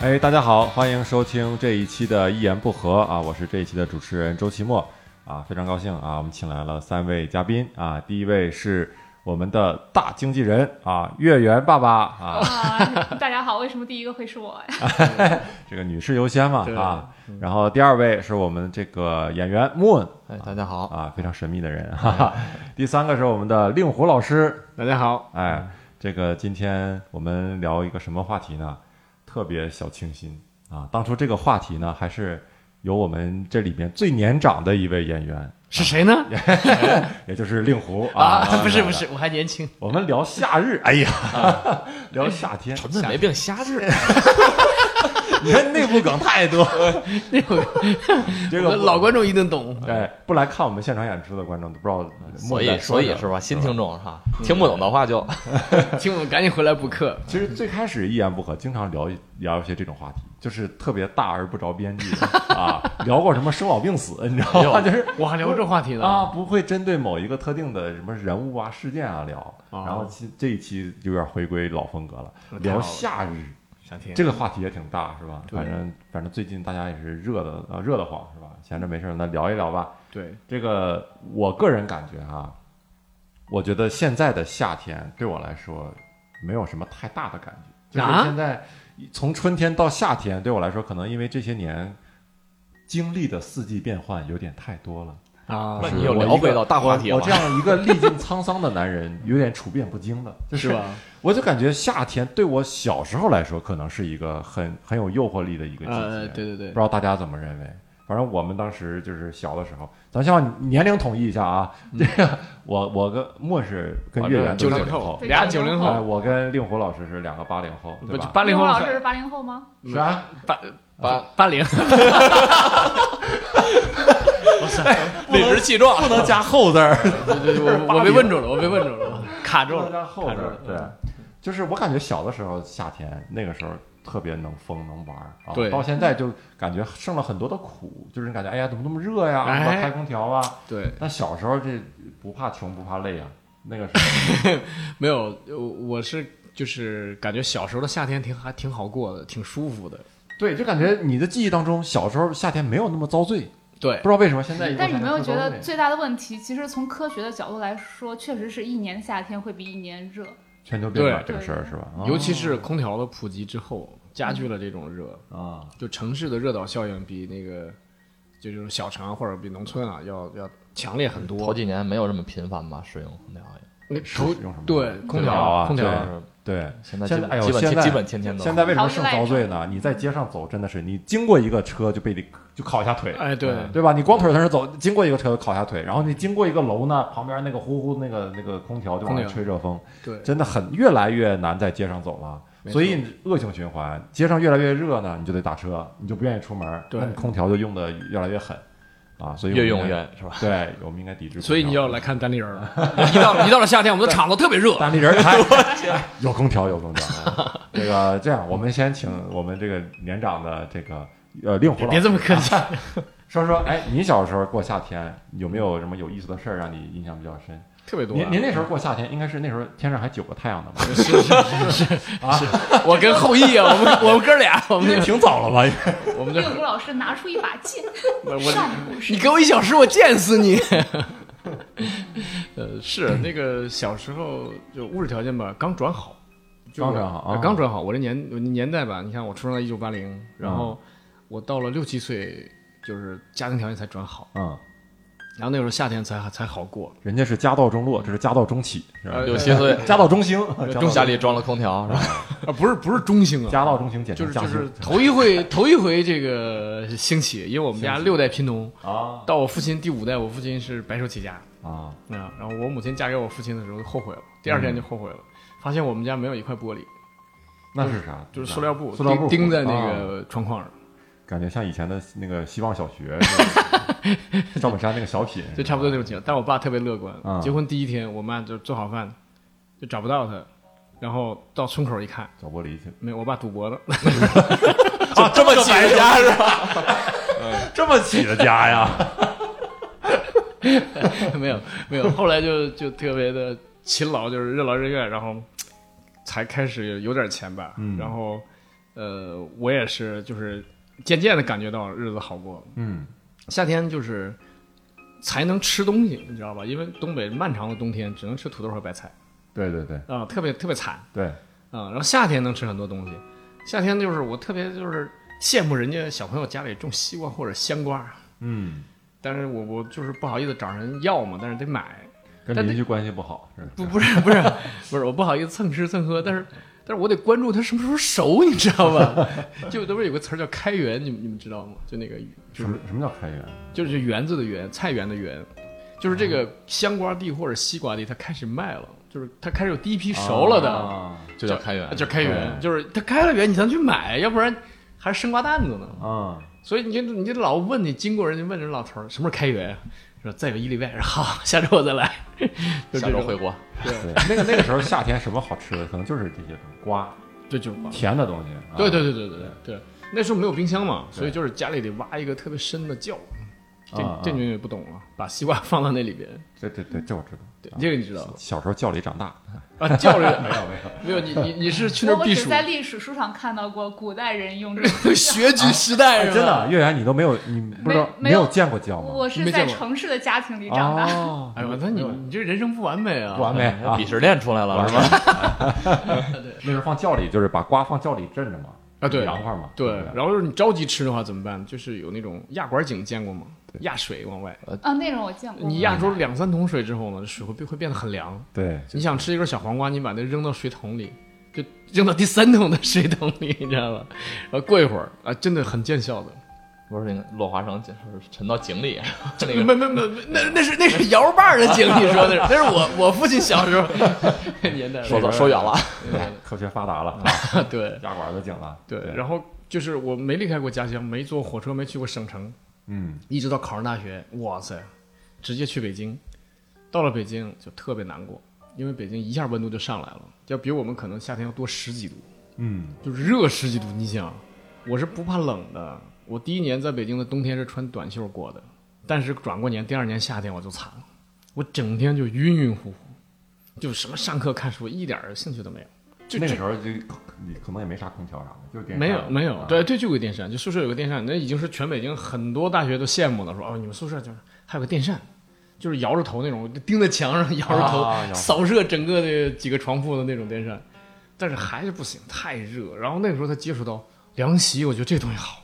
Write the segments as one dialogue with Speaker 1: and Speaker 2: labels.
Speaker 1: 哎，大家好，欢迎收听这一期的《一言不合》啊，我是这一期的主持人周奇墨啊，非常高兴啊，我们请来了三位嘉宾啊，第一位是我们的大经纪人啊，月圆爸爸啊，
Speaker 2: 啊，大家好，为什么第一个会是我呀？
Speaker 1: 这个女士优先嘛
Speaker 3: 对
Speaker 1: 啊，然后第二位是我们这个演员 Moon
Speaker 3: 哎，大家好，
Speaker 1: 啊，非常神秘的人哈哈，第三个是我们的令狐老师
Speaker 3: 大家好，
Speaker 1: 哎，这个今天我们聊一个什么话题呢？特别小清新啊！当初这个话题呢，还是由我们这里边最年长的一位演员，
Speaker 3: 是谁呢？
Speaker 1: 也就是令狐啊
Speaker 3: 啊，不是不，是，我还年轻，
Speaker 1: 我们聊夏日，哎呀，聊夏天，
Speaker 3: 纯粹没病，瞎治。
Speaker 1: 你看内部梗太 多，
Speaker 3: 那个
Speaker 1: 这个
Speaker 3: 老观众一定懂。
Speaker 1: 哎，不来看我们现场演出的观众都不知道莫
Speaker 4: 所
Speaker 1: 言
Speaker 4: 以，
Speaker 1: 在说
Speaker 4: 所
Speaker 1: 什么，
Speaker 4: 以是吧？新听众哈，听不懂的话就
Speaker 3: 请我们赶紧回来补课。
Speaker 1: 其实最开始一言不合，经常聊一聊一些这种话题，就是特别大而不着边际 啊，聊过什么生老病死，你知
Speaker 3: 哎
Speaker 1: 道吗？就是
Speaker 3: 我还聊过这话题呢
Speaker 1: 啊，！不会针对某一个特定的什么人物啊、事件啊聊。
Speaker 3: 哦
Speaker 1: 然后其这一期有点回归老风格了，
Speaker 3: 那太
Speaker 1: 聊
Speaker 3: 好了
Speaker 1: 夏日
Speaker 3: 想听
Speaker 1: 这个话题也挺大，是吧？
Speaker 3: 对
Speaker 1: 反正反正最近大家也是热的呃热得慌，是吧？闲着没事儿，那聊一聊吧。
Speaker 3: 对，
Speaker 1: 这个我个人感觉啊，我觉得现在的夏天对我来说没有什么太大的感觉，就是
Speaker 3: 啊
Speaker 1: 现在从春天到夏天对我来说，可能因为这些年经历的四季变换有点太多了。
Speaker 3: 啊
Speaker 4: 那
Speaker 1: 是
Speaker 4: 你有
Speaker 1: 我一
Speaker 4: 聊
Speaker 1: 个
Speaker 4: 回到大话题了
Speaker 1: 我我这样一个历尽沧桑的男人，有点处变不惊 的，就是
Speaker 3: 是吧？
Speaker 1: 我就感觉夏天对我小时候来说，可能是一个很很有诱惑力的一个季节。
Speaker 3: 呃，对对
Speaker 1: 不
Speaker 3: 对
Speaker 1: 知，道大家怎么认为。反正我们当时就是小的时候，咱希望年龄统一一下啊。
Speaker 3: 嗯
Speaker 1: 这个我我跟莫是跟
Speaker 3: 我
Speaker 1: 月
Speaker 3: 这
Speaker 1: 圆
Speaker 3: 90
Speaker 1: 零
Speaker 3: 后
Speaker 1: 后，
Speaker 2: 对
Speaker 3: 俩九零
Speaker 1: 哎，
Speaker 3: 后，
Speaker 1: 我跟令狐老师是两个八零后，对
Speaker 3: 不
Speaker 1: 吧？
Speaker 3: 八零
Speaker 2: 令
Speaker 3: 后
Speaker 2: 狐老师是八零后吗？
Speaker 1: 是啊，
Speaker 3: 八
Speaker 4: 八
Speaker 3: 八 零，哎
Speaker 4: 理直气壮。
Speaker 1: 不能加后字儿，
Speaker 3: 对对对，我我被问住了，我被问住了，卡住
Speaker 1: 不能加
Speaker 3: 了。
Speaker 1: 后字儿
Speaker 3: 看。着
Speaker 1: 对，就是我感觉小的时候夏天那个时候特别能疯能玩儿啊，
Speaker 3: 对
Speaker 1: 到现在就感觉剩了很多的苦，就是感觉哎呀怎么那么热呀，
Speaker 3: 哎
Speaker 1: 要开空调啊。
Speaker 3: 对，
Speaker 1: 但小时候这不怕穷不怕累啊，那个时候。
Speaker 3: 没有，我我是就是感觉小时候的夏天挺还挺好过的，挺舒服的。
Speaker 1: 对，就感觉你的记忆当中，小时候夏天没有那么遭罪，
Speaker 3: 对
Speaker 1: 不，知道为什么现在一到
Speaker 2: 但你
Speaker 1: 夏
Speaker 2: 有没
Speaker 1: 天
Speaker 2: 有
Speaker 1: 特
Speaker 2: 觉
Speaker 1: 遭
Speaker 2: 得
Speaker 1: 罪
Speaker 2: 最大的问题，其实从科学的角度来说，确实是一年夏天会比一年热。
Speaker 1: 全球变暖
Speaker 3: 对
Speaker 1: 这个事儿是吧？啊
Speaker 3: 尤其是空调的普及之后，加剧了这种热，
Speaker 1: 啊，
Speaker 3: 就城市的热岛效应比那个就这种小城啊或者比农村啊要要强烈很
Speaker 4: 头
Speaker 3: 多。
Speaker 4: 几年没有这么频繁吧，使用空调，
Speaker 3: 那
Speaker 1: 是
Speaker 3: 头
Speaker 1: 是用什么
Speaker 3: 对空调
Speaker 1: 啊
Speaker 3: 空调
Speaker 1: 对
Speaker 4: 就是
Speaker 1: 对，
Speaker 4: 现在基
Speaker 1: 现在哎
Speaker 4: 本
Speaker 1: 呦
Speaker 4: 基本
Speaker 1: 现在
Speaker 4: 天基本天天都
Speaker 1: 现在为什么剩遭罪呢？你在街上走，真的是你经过一个车就被你就烤一下腿。
Speaker 3: 哎对，
Speaker 1: 对吧？你光腿在那走，经过一个车就烤一下腿，然后你经过一个楼呢，旁边那个呼呼那个那个空调就往
Speaker 3: 空
Speaker 1: 外
Speaker 3: 调
Speaker 1: 吹热风，
Speaker 3: 对
Speaker 1: 真的很越来越难在街上走了。
Speaker 3: 没
Speaker 1: 所
Speaker 3: 错
Speaker 1: 以恶性循环，街上越来越热呢，你就得打车，你就不愿意出门，
Speaker 3: 对
Speaker 1: 那你空调就用的越来越狠啊，所以我
Speaker 4: 越
Speaker 1: 们
Speaker 4: 用
Speaker 1: 应该
Speaker 4: 越是吧？
Speaker 1: 对，我们应该抵制空调。
Speaker 3: 所以你要来看单立人儿， 一到一到了夏天，我们的场子特 别热。
Speaker 1: 单立人儿，哎有空调，有空调。这个这样，我们先请我们这个年长的这个呃令狐老
Speaker 3: 别
Speaker 1: 师
Speaker 3: 这么客气，
Speaker 1: 说说，哎，你小时候过夏天有没有什么有意思的事儿让你印象比较深？
Speaker 3: 特别多啊。
Speaker 1: 您您那时候过夏天，应该是那时候天上还有个太阳的吧？
Speaker 3: 是是 是是，我跟后羿啊，我们我们哥俩，我们
Speaker 1: 挺早了吧？
Speaker 3: 我们这
Speaker 2: 令狐老师拿出一把剑，
Speaker 3: 我我
Speaker 2: 上古
Speaker 3: 你给我一小时，我见死你！ 呃，是那个小时候就物质条件吧，刚转好，就我
Speaker 1: 刚转好啊
Speaker 3: 呃 刚转好。我这年我这年代吧，你看我出生在一九八零，然后我到了六七岁，就是家庭条件才转好，
Speaker 1: 嗯，
Speaker 3: 然后那时候夏天才才好过。
Speaker 1: 人家是家道中落，这是家道中起，是吧
Speaker 3: 呃？
Speaker 4: 六七岁，
Speaker 1: 家道中兴，家道
Speaker 4: 家里装了空调是吧？
Speaker 3: 啊，不是不是中兴啊，
Speaker 1: 家道中兴，简
Speaker 3: 就
Speaker 1: 称
Speaker 3: 是
Speaker 1: 家
Speaker 3: 就是
Speaker 1: 兴
Speaker 3: 头一回 头一回这个兴起，因为我们家
Speaker 1: 兴起
Speaker 3: 六代贫农，
Speaker 1: 啊
Speaker 3: 到我父亲第五代，我父亲是白手起家，
Speaker 1: 啊！
Speaker 3: 啊，然后我母亲嫁给我父亲的时候就后悔了，第
Speaker 1: 嗯
Speaker 3: 二天就后悔了，发现我们家没有一块玻璃，
Speaker 1: 那是啥？
Speaker 3: 就是塑料布，
Speaker 1: 嗯塑料布
Speaker 3: 钉钉在那
Speaker 1: 啊
Speaker 3: 个窗框上，
Speaker 1: 感觉像以前的那个希望小学， 是吧赵本山那个小品，
Speaker 3: 就差不多那种情况。但我爸特别乐观，
Speaker 1: 啊
Speaker 3: 结婚第一天，我妈就做好饭，就找不到他，然后到村口一看，
Speaker 1: 小玻璃去。
Speaker 3: 没有，我爸赌博 了，
Speaker 4: 啊，这么起人家是吧？
Speaker 1: 这么起的家呀？
Speaker 3: 没有没有，后来就就特别的勤劳，就是任劳任怨，然后才开始有点钱吧，
Speaker 1: 嗯
Speaker 3: 然后呃，我也是就是渐渐的感觉到日子好过了。
Speaker 1: 嗯
Speaker 3: 夏天就是才能吃东西，你知道吧？因为东北漫长的冬天只能吃土豆和白菜
Speaker 1: 对对对
Speaker 3: 啊、特别特别惨啊、
Speaker 1: 对，
Speaker 3: 然后夏天能吃很多东西，夏天就是我特别就是羡慕人家小朋友家里种西瓜或者香瓜，
Speaker 1: 嗯，
Speaker 3: 但是我我就是不好意思找人要嘛，但是得买，
Speaker 1: 跟
Speaker 3: 但
Speaker 1: 邻居关系不好，是
Speaker 3: 不不是不是不是，我不好意思蹭吃蹭喝，但是但是我得关注它什么时候熟，你知道吧？ 就都是有个词儿叫开源，你们你们知道吗？就那个
Speaker 1: 什
Speaker 3: 就是
Speaker 1: 么什么叫开源？
Speaker 3: 就是园子的园，菜园的园，就是这个香瓜地或者西瓜地，它开始卖了，就是它开始有第一批熟了的，
Speaker 1: 啊
Speaker 4: 就叫开源，
Speaker 3: 叫开园，
Speaker 1: 对
Speaker 3: 就是它开了园，你才能去买，要不然还是生瓜蛋子呢。
Speaker 1: 啊，
Speaker 3: 所以你就你就老问你经过人家问这老头儿什么时候开园，说再有一礼拜，说好， 下周我再来，就
Speaker 4: 下周
Speaker 3: 这种
Speaker 4: 回国，
Speaker 1: 对，那个那个时候夏天什么好吃的，可能就是这些东西，瓜，
Speaker 3: 对就是瓜
Speaker 1: 甜的东西。啊
Speaker 3: 哦对对对对对对对，那时候没有冰箱嘛，
Speaker 1: 对
Speaker 3: 所以就是家里得挖一个特别深的窖，这
Speaker 1: 啊
Speaker 3: 这
Speaker 1: 啊
Speaker 3: 你们也不懂了，把西瓜放到那里边，
Speaker 1: 这这这这我知道，
Speaker 3: 对，这个你知道
Speaker 1: 小时候窖里长大，
Speaker 3: 啊，窖里没有没有没有，你你你是去那
Speaker 2: 我
Speaker 3: 儿
Speaker 2: 我
Speaker 3: 避
Speaker 2: 只
Speaker 3: 暑？。
Speaker 2: 在历史书上看到过古代人用这种
Speaker 3: 学局时代
Speaker 1: 啊
Speaker 3: 是吧？
Speaker 1: 哎真的，岳阳你都没有，你不知道
Speaker 2: 没没有
Speaker 1: 有见过窖吗？
Speaker 2: 我是
Speaker 3: 哦没见
Speaker 2: 在
Speaker 3: 过
Speaker 2: 城市的家庭里长大，
Speaker 1: 哦，
Speaker 3: 哎呦，我说你你这人生不完美啊！
Speaker 1: 完美啊！
Speaker 4: 鄙视链出来了
Speaker 1: 完
Speaker 4: 是吧？
Speaker 1: 那时候放窖里就是把瓜放窖里镇着嘛，
Speaker 3: 啊对
Speaker 1: 凉快嘛，
Speaker 3: 对
Speaker 1: 不，
Speaker 3: 然后就是你着急吃的话怎么办？就是有那种压管井，见过吗？压水往外，
Speaker 2: 啊，那种我见过。
Speaker 3: 你压出两三桶水之后呢，水会变会变得很凉。
Speaker 1: 对，
Speaker 3: 你想吃一根小黄瓜，你把那扔到水桶里，就扔到第三桶的水桶里，你知道吧？然后过一会儿啊，真的很见效的。
Speaker 4: 不是那个落花生就是沉到井里，
Speaker 3: 这没没没没，那那是那是摇把儿的井，你说的是，那是我我父亲小时候 年代的。
Speaker 4: 说走说远了，
Speaker 1: 科学发达了，
Speaker 3: 对
Speaker 1: 压管子井了，
Speaker 3: 嗯对，然后就是我没离开过家乡，没坐火车，没去过省城，
Speaker 1: 嗯，
Speaker 3: 一直到考上大学，哇塞，直接去北京，到了北京就特别难过，因为北京一下温度就上来了，要比我们可能夏天要多十几度，
Speaker 1: 嗯
Speaker 3: 就是热十几度。你想，我是不怕冷的，我第一年在北京的冬天是穿短袖过的，但是转过年第二年夏天我就惨了，我整天就晕晕乎乎，就什么上课看书一点儿兴趣都没有，就
Speaker 1: 那
Speaker 3: 就
Speaker 1: 个时候就你可能也没啥空调啥的，就是电
Speaker 3: 没
Speaker 1: 扇
Speaker 3: 有没有
Speaker 1: 啊，
Speaker 3: 对对，就有个电扇，就宿舍有个电扇，那已经是全北京很多大学都羡慕了，说哦，你们宿舍就是还有个电扇，就是摇着头那种，钉在墙上摇着头，
Speaker 1: 啊摇着头
Speaker 3: 扫射整个的几个床铺的那种电扇，但是还是不行，太热。然后那个时候才接触到凉席，我觉得这东西好，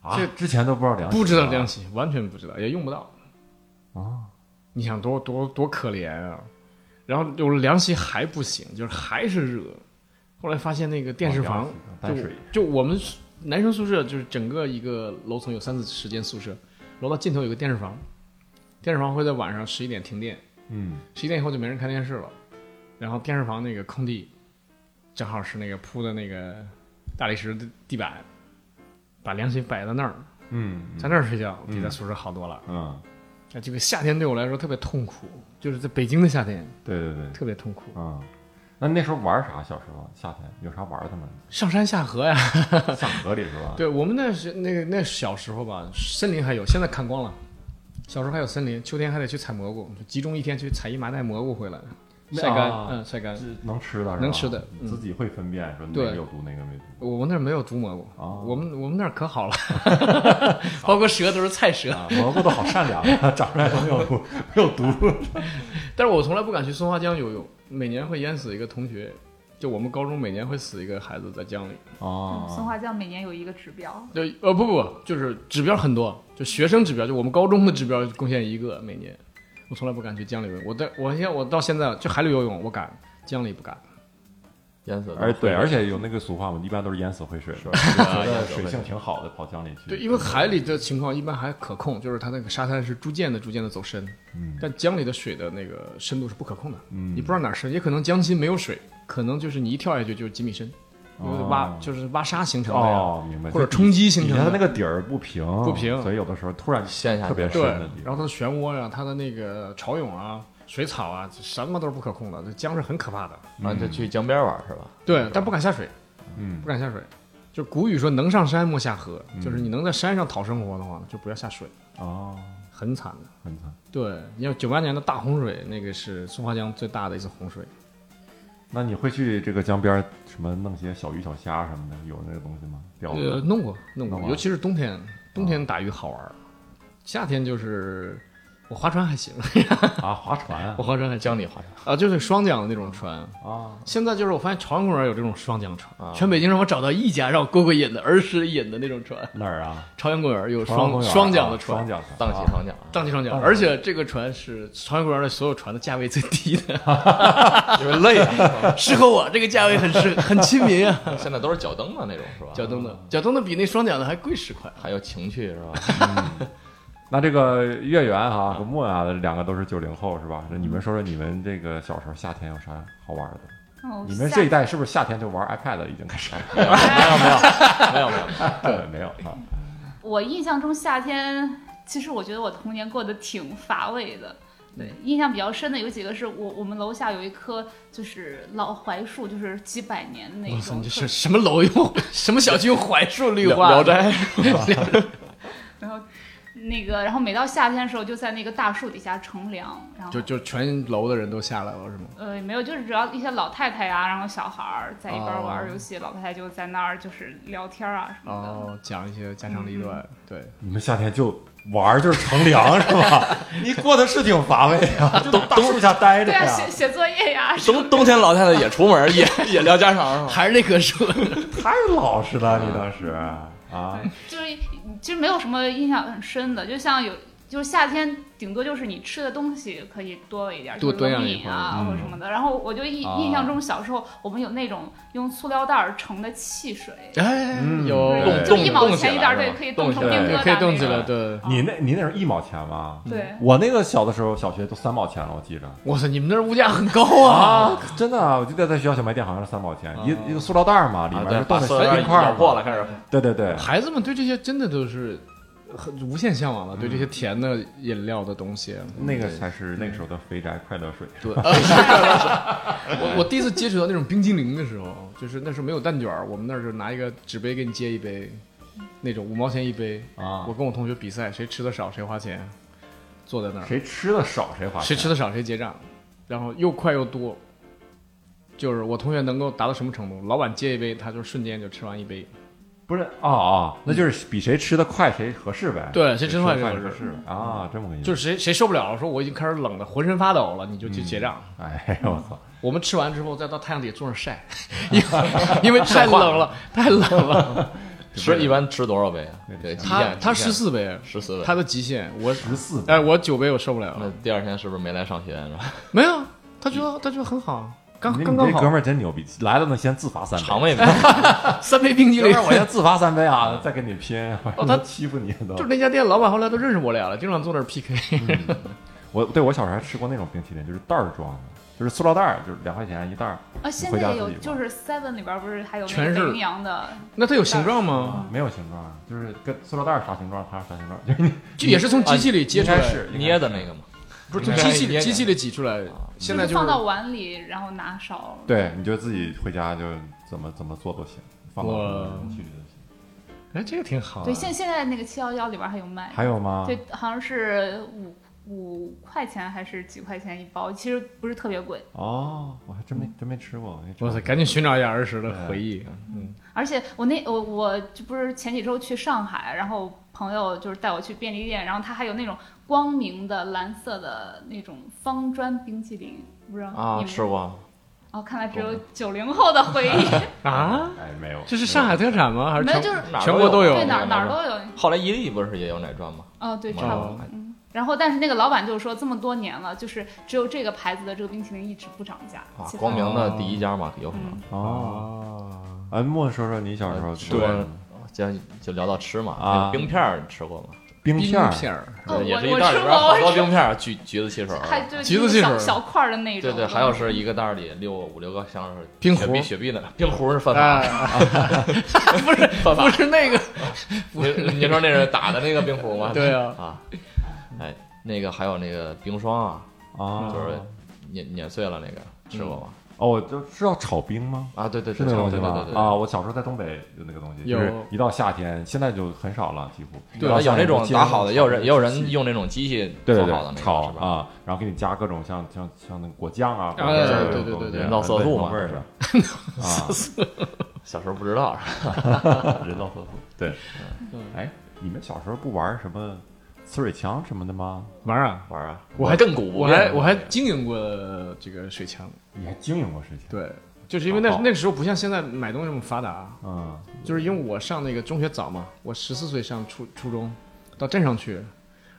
Speaker 1: 啊
Speaker 3: 这，
Speaker 1: 之前都不知道凉席
Speaker 3: 不知道
Speaker 1: 啊
Speaker 3: 凉席，完全不知道，也用不到。
Speaker 1: 啊，
Speaker 3: 你想多多多可怜啊！然后有了凉席还不行，就是还是热。后来发现那个电视房
Speaker 1: 哦凉席淡水
Speaker 3: 就就我们宿男生宿舍就是整个一个楼层有三四十间宿舍，楼道尽头有个电视房，电视房会在晚上十一点停电，
Speaker 1: 嗯
Speaker 3: 十一点以后就没人看电视了。然后电视房那个空地，正好是那个铺的那个大理石的地板，把凉席摆在那儿，
Speaker 1: 嗯
Speaker 3: 在那儿睡觉比在
Speaker 1: 嗯
Speaker 3: 宿舍好多了。
Speaker 1: 嗯，
Speaker 3: 那这个夏天对我来说特别痛苦，就是在北京的夏天
Speaker 1: 对对对，
Speaker 3: 特别痛苦，
Speaker 1: 啊，那那时候玩啥？小时候夏天有啥玩的吗？
Speaker 3: 上山下河呀。
Speaker 1: 上河里是吧？
Speaker 3: 对我们那时那个那小时候吧，森林还有，现在看光了。小时候还有森林，秋天还得去采蘑菇，就集中一天去采一麻袋蘑菇回来，
Speaker 1: 那
Speaker 3: 晒干，
Speaker 1: 啊
Speaker 3: 嗯，晒干。
Speaker 1: 是能吃的是吧，
Speaker 3: 能吃的嗯
Speaker 1: 自己会分辨说哪
Speaker 3: 对
Speaker 1: 个有毒，哪个没毒。
Speaker 3: 我们那儿没有毒蘑菇，
Speaker 1: 哦
Speaker 3: 我们我们那儿可 好了， 包括蛇都是菜蛇。
Speaker 1: 啊，蘑菇都好善良啊， 长出来都没 有毒，没有毒。
Speaker 3: 但是我从来不敢去松花江游泳，每年会淹死一个同学，就我们高中每年会死一个孩子在江里。
Speaker 2: 嗯松
Speaker 1: 哦，
Speaker 2: 花江每年有一个指标，
Speaker 3: 对，呃，不不，不，就是指标很多，就学生指标，就我们高中的指标贡献一个每年。我从来不敢去江里游泳，我在我现在我到现在就海里游泳我敢，江里不敢。
Speaker 4: 淹死了。
Speaker 1: 而哎对，而且有那个俗话嘛，一般都是淹死会水嘛，觉得水性挺好的，跑江里去。
Speaker 3: 对，因为海里的情况一般还可控，就是它那个沙滩是逐渐的、逐渐的走深，
Speaker 1: 嗯
Speaker 3: 但江里的水的那个深度是不可控的，
Speaker 1: 嗯，
Speaker 3: 你不知道哪儿深，也可能江心没有水，可能就是你一跳下去就是几米深，因为挖
Speaker 1: 哦
Speaker 3: 就是挖沙形成的呀，
Speaker 1: 哦，明白，
Speaker 3: 或者冲击形
Speaker 1: 你
Speaker 3: 成
Speaker 1: 看它
Speaker 3: 的
Speaker 1: 那。个底儿不平，
Speaker 3: 不平
Speaker 1: 所以有的时候突然
Speaker 4: 陷下
Speaker 1: 特
Speaker 4: 去
Speaker 1: 别
Speaker 4: 了
Speaker 1: 深
Speaker 3: 对
Speaker 1: 的地，
Speaker 3: 然
Speaker 1: 方。
Speaker 3: 后它的漩涡呀、它的那个潮涌啊、水草啊，什么都是不可控的。这江是很可怕的。
Speaker 4: 然后就去江边玩是吧？
Speaker 3: 对，但不敢下水，
Speaker 1: 嗯
Speaker 3: 不敢下水。就古语说“能上山莫下河”，
Speaker 1: 嗯
Speaker 3: 就是你能在山上讨生活的话，就不要下水，
Speaker 1: 哦，
Speaker 3: 很惨的。
Speaker 1: 很惨。
Speaker 3: 对，你要九八年的大洪水，那个是松花江最大的一次洪水，
Speaker 1: 那你会去这个江边儿什么弄些小鱼小虾什么的，有那个东西吗？钓的
Speaker 3: 呃，弄过弄
Speaker 1: 弄
Speaker 3: 过，
Speaker 1: 过
Speaker 3: 尤其是冬天，冬天打鱼好玩儿，夏天就是我划船还 行，
Speaker 1: 啊，划船啊
Speaker 3: 我划船还行
Speaker 4: 江里划船
Speaker 3: 啊，就是双桨的那种船。
Speaker 1: 啊，
Speaker 3: 现在就是我发现朝阳公园有这种双桨船，
Speaker 4: 啊
Speaker 3: 全北京让我找到一家让我过过瘾的儿时瘾的那种船。
Speaker 1: 哪儿啊？
Speaker 3: 朝阳公园有
Speaker 1: 朝阳公园
Speaker 3: 双
Speaker 1: 啊
Speaker 3: 双桨的
Speaker 1: 双
Speaker 3: 船，
Speaker 1: 桨船，
Speaker 4: 荡
Speaker 1: 啊
Speaker 4: 起长桨，
Speaker 3: 荡气双桨，
Speaker 1: 荡
Speaker 3: 而且这个船是朝阳公园的所有船的价位最低 的，
Speaker 4: 因为累啊。
Speaker 3: 适合我这个价位很适很亲民啊。
Speaker 4: 现在都是脚蹬的那种是吧？
Speaker 3: 脚蹬的，脚蹬的比那双桨的还贵十块。
Speaker 4: 还有情趣 是吧？
Speaker 1: 那这个月圆哈和莫啊，两个都是九零后是吧？那你们说说你们这个小时候夏天有啥好玩的？
Speaker 2: 哦
Speaker 1: 你们
Speaker 2: 夏
Speaker 1: 这一代是不是夏天就玩 iPad 了已经开始？
Speaker 4: 没有没有，
Speaker 1: 对，没有啊。
Speaker 2: 我印象中夏天，其实我觉得我童年过得挺乏味的。
Speaker 3: 嗯
Speaker 2: 对，印象比较深的有几个是我我们楼下有一棵就是老槐树，就是几百年的那
Speaker 3: 哇塞，
Speaker 2: 种
Speaker 3: 哎你这。是什么楼用 什么小区用槐树绿化？
Speaker 4: 聊聊斋
Speaker 2: 然后那个，然后每到夏天的时候，就在那个大树底下乘凉，然后
Speaker 3: 就就全楼的人都下来了是吗？
Speaker 2: 呃，也没有，就是主要一些老太太呀、然后小孩儿在一边玩儿
Speaker 3: 哦
Speaker 2: 游戏，老太太就在那儿就是聊天儿啊什么的。
Speaker 3: 哦，讲一些家长里短，
Speaker 1: 嗯
Speaker 3: 对，
Speaker 1: 你们夏天就玩儿就是乘凉是吧？你过得是挺乏味啊，就大树下待着
Speaker 2: 对啊，
Speaker 1: 呀。
Speaker 2: 写写作业呀、什么
Speaker 4: 冬冬天老太太也出门也也聊家常是吧？
Speaker 3: 还是那棵树，
Speaker 1: 太老实了，你当时啊，
Speaker 2: 就是其实没有什么印象很深的，就像有就是夏天，顶多就是你吃的东西可以多了一点，
Speaker 3: 多
Speaker 2: 就是冷
Speaker 3: 多样一
Speaker 2: 饮啊
Speaker 1: 会儿嗯
Speaker 2: 或者什么的。然后我就印
Speaker 1: 啊
Speaker 2: 印象中小时候我们有那种用塑料袋儿盛的汽水，
Speaker 3: 哎
Speaker 1: 嗯，
Speaker 3: 有
Speaker 4: 对
Speaker 2: 就
Speaker 4: 冻
Speaker 2: 一
Speaker 4: 冻
Speaker 2: 毛
Speaker 4: 起
Speaker 2: 钱一
Speaker 4: 来
Speaker 2: 袋儿，
Speaker 4: 是
Speaker 2: 对，
Speaker 4: 吧
Speaker 2: 可以冻
Speaker 4: 冻起
Speaker 2: 成
Speaker 1: 来
Speaker 2: 冰
Speaker 3: 对
Speaker 2: 疙瘩，
Speaker 3: 可以动起
Speaker 2: 那
Speaker 3: 来，
Speaker 2: 个
Speaker 3: 对。
Speaker 1: 你那你那是一毛钱吗？
Speaker 2: 对。
Speaker 1: 我那个小的时候，小学都三毛钱了，我记着。
Speaker 3: 哇塞，你们那儿物价很高啊！
Speaker 1: 啊，真的啊，我记得在学校小卖店好像是三毛钱，
Speaker 3: 啊
Speaker 1: 一一个塑料袋儿嘛，里
Speaker 4: 啊
Speaker 1: 面
Speaker 4: 对
Speaker 1: 是冻
Speaker 4: 把
Speaker 1: 的
Speaker 4: 塑料袋
Speaker 1: 冰块
Speaker 4: 咬
Speaker 1: 儿
Speaker 4: 破
Speaker 1: 嘛。
Speaker 4: 了，开始
Speaker 1: 对对对，
Speaker 3: 孩子们对这些真的都是很无限向往了，对这些甜的饮料的东西。
Speaker 1: 嗯那个才是那个时候的肥宅快乐水。
Speaker 3: 对，我我第一次接触到那种冰激凌的时候，就是那时候没有蛋卷儿，我们那儿就拿一个纸杯给你接一杯，那种五毛钱一杯。
Speaker 1: 啊
Speaker 3: 我跟我同学比赛，谁吃的少谁花钱，坐在那儿，
Speaker 1: 谁吃的少谁花钱。
Speaker 3: 谁吃的少谁结账，然后又快又多。就是我同学能够达到什么程度，老板接一杯，他就瞬间就吃完一杯。
Speaker 1: 不是啊啊、那就是比谁吃的快谁合适呗。
Speaker 3: 对谁吃得
Speaker 1: 哎
Speaker 3: 快
Speaker 1: 谁
Speaker 3: 谁
Speaker 1: 合
Speaker 3: 合
Speaker 1: 适啊，这么个意思。
Speaker 3: 就是是谁谁受不了了，说我已经开始冷的浑身发抖了，你就去结账。
Speaker 1: 哎呦我操，
Speaker 3: 我们吃完之后再到太阳底下坐着晒， 因为因为太冷了，太冷 了。
Speaker 4: 吃一般吃多少杯啊
Speaker 1: 对？
Speaker 4: 对，极
Speaker 3: 他
Speaker 4: 限
Speaker 3: 他十四杯，
Speaker 4: 十四杯，
Speaker 3: 他的极限，我
Speaker 1: 十四
Speaker 3: 哎，我九杯我受不了
Speaker 1: 嗯
Speaker 4: 那
Speaker 3: 了。
Speaker 4: 第二天是不是没来上学是吧？
Speaker 3: 没有，他觉得他觉得很好，刚
Speaker 1: 你
Speaker 3: 刚
Speaker 1: 你
Speaker 3: 刚
Speaker 1: 这哥
Speaker 3: 好，
Speaker 1: 们儿真牛逼，来了呢先自罚三杯。
Speaker 4: 肠胃没
Speaker 3: 三杯冰激
Speaker 1: 哥
Speaker 3: 凌
Speaker 1: 们。儿我先自罚三杯啊，再跟你拼。
Speaker 3: 嗯 哦他
Speaker 1: 欺负你都
Speaker 3: 就是。那家店老板后来都认识我俩了，经常坐那儿 PK。
Speaker 1: 嗯我对我小时候还吃过那种冰淇淋，就是袋儿装的，就是塑料袋儿，就是两块钱一袋儿。
Speaker 2: 啊，现
Speaker 1: 回
Speaker 2: 在
Speaker 1: 家
Speaker 2: 也有，
Speaker 1: 自己吧
Speaker 2: 就是 Seven 里边儿不是还有那
Speaker 3: 全
Speaker 2: 个
Speaker 3: 是
Speaker 2: 北冰洋的，
Speaker 3: 那它有形状吗？
Speaker 1: 啊，没有形状，就是跟塑料袋儿啥形状，它是啥形状，就是你
Speaker 3: 就也是从机器里接
Speaker 1: 应
Speaker 3: 出来
Speaker 1: 该，是
Speaker 4: 捏的那个嘛。
Speaker 3: 不是从机器
Speaker 4: 应该
Speaker 3: 里
Speaker 4: 是
Speaker 3: 机器里挤出来。现在
Speaker 2: 是
Speaker 3: 就
Speaker 2: 放
Speaker 3: 是
Speaker 2: 到碗里，然后拿勺。
Speaker 1: 对，你就自己回家就怎么怎么做都行，放到
Speaker 3: 我
Speaker 1: 什么去就行。
Speaker 3: 哎，这个挺好啊。
Speaker 2: 对，现现在那个七幺幺里边儿还有卖。
Speaker 1: 还有
Speaker 4: 啊
Speaker 1: 吗？
Speaker 2: 对，好像是五五块钱还是几块钱一包，其实不是特别贵。
Speaker 1: 哦，我还真没真没吃过。没吃过
Speaker 3: 哇塞，赶紧寻找一下儿时的回忆。
Speaker 2: 而且我那我我就不是前几周去上海，然后朋友就是带我去便利店，然后他还有那种光明的蓝色的那种方砖冰淇淋，不知道你
Speaker 4: 啊，
Speaker 2: 们
Speaker 4: 吃过，
Speaker 2: 哦，看来只有九零后的回忆，
Speaker 3: 啊？
Speaker 1: 哎，没有，
Speaker 3: 这是上海特产吗？还是
Speaker 2: 没有
Speaker 3: 全
Speaker 2: 就是
Speaker 4: 哪儿啊
Speaker 3: 全国都有
Speaker 2: 对哪儿哪儿都有。
Speaker 4: 后来伊利不是也有奶砖吗？
Speaker 2: 哦，对，
Speaker 4: 哦
Speaker 2: 差不多。嗯，然后但是那个老板就说，这么多年了，就是只有这个牌子的这个冰淇淋一直不涨价。
Speaker 4: 啊
Speaker 2: 其，他
Speaker 4: 光明
Speaker 1: 哦
Speaker 4: 的第一家嘛，有可能呃
Speaker 2: 嗯。
Speaker 1: 有哦。
Speaker 3: 哦，
Speaker 1: 哎，莫说说你小时候吃过
Speaker 4: 对
Speaker 1: 什么
Speaker 4: 既然就聊到吃嘛，
Speaker 1: 啊
Speaker 4: 那个冰片儿你吃过吗？
Speaker 1: 冰
Speaker 3: 冰
Speaker 1: 片儿，
Speaker 3: 片儿。
Speaker 2: 哦
Speaker 4: 也
Speaker 2: 我
Speaker 4: 是一
Speaker 2: 我
Speaker 4: 袋儿
Speaker 2: 吃
Speaker 4: 里边
Speaker 2: 过
Speaker 4: 儿好多
Speaker 2: 我吃
Speaker 4: 冰片儿，橘橘子汽水儿，
Speaker 2: 还就
Speaker 3: 橘子
Speaker 2: 是
Speaker 3: 汽
Speaker 2: 小
Speaker 3: 水
Speaker 2: 小块儿的那种。
Speaker 4: 对对，还有是一个袋儿里六五六个像是
Speaker 3: 冰
Speaker 4: 雪
Speaker 3: 壶
Speaker 4: 碧雪碧的冰壶是犯 法的，
Speaker 3: 哎，不是
Speaker 4: 犯法
Speaker 3: 不是那个，
Speaker 4: 你你说那是打的那个冰壶吗？
Speaker 3: 对啊，
Speaker 4: 啊，哎，那个还有那个冰霜啊，
Speaker 1: 啊，
Speaker 4: 就是碾碾碎了那个，吃过吗？
Speaker 1: 哦，我就是要炒冰吗？
Speaker 4: 啊，对对
Speaker 1: 是
Speaker 4: 对，
Speaker 1: 那个东西
Speaker 4: 对对
Speaker 1: 吗
Speaker 4: 对？对，
Speaker 1: 啊，我小时候在东北有那个东西，就
Speaker 3: 有
Speaker 1: 是一到夏天，现在就很少了，几乎。
Speaker 4: 对
Speaker 1: 一到夏
Speaker 4: 啊
Speaker 1: 天
Speaker 4: 有那
Speaker 1: 就
Speaker 4: 种
Speaker 1: 进
Speaker 4: 打
Speaker 1: 入
Speaker 4: 好的，
Speaker 1: 炒
Speaker 4: 也有人
Speaker 1: 冰
Speaker 4: 也有人用那种机器
Speaker 1: 对对
Speaker 4: 做
Speaker 1: 对
Speaker 4: 好的那个，
Speaker 1: 炒
Speaker 4: 是吧？
Speaker 1: 啊，然后给你加各种像像像那个果酱啊，
Speaker 3: 啊
Speaker 1: 果汁儿
Speaker 3: 对对
Speaker 1: 这种
Speaker 3: 对对对
Speaker 1: 东西
Speaker 4: 人造色素嘛
Speaker 1: 味儿的啊，
Speaker 4: 小时候不知道，是吧
Speaker 1: 人造色素。对，嗯
Speaker 3: 嗯
Speaker 1: 哎，你们小时候不玩什么刺水枪什么的吗？
Speaker 3: 玩儿啊！
Speaker 1: 玩啊，
Speaker 3: 我还
Speaker 4: 亘古不
Speaker 3: 我
Speaker 4: 变
Speaker 3: 还我还经营过这个水枪，
Speaker 1: 你还经营过水枪？
Speaker 3: 对，就是因为那
Speaker 1: 好
Speaker 3: 那个时候不像现在买东西这么发达，啊
Speaker 1: 嗯，
Speaker 3: 就是因为我上那个中学早嘛，我十四岁上初初中，到镇上去，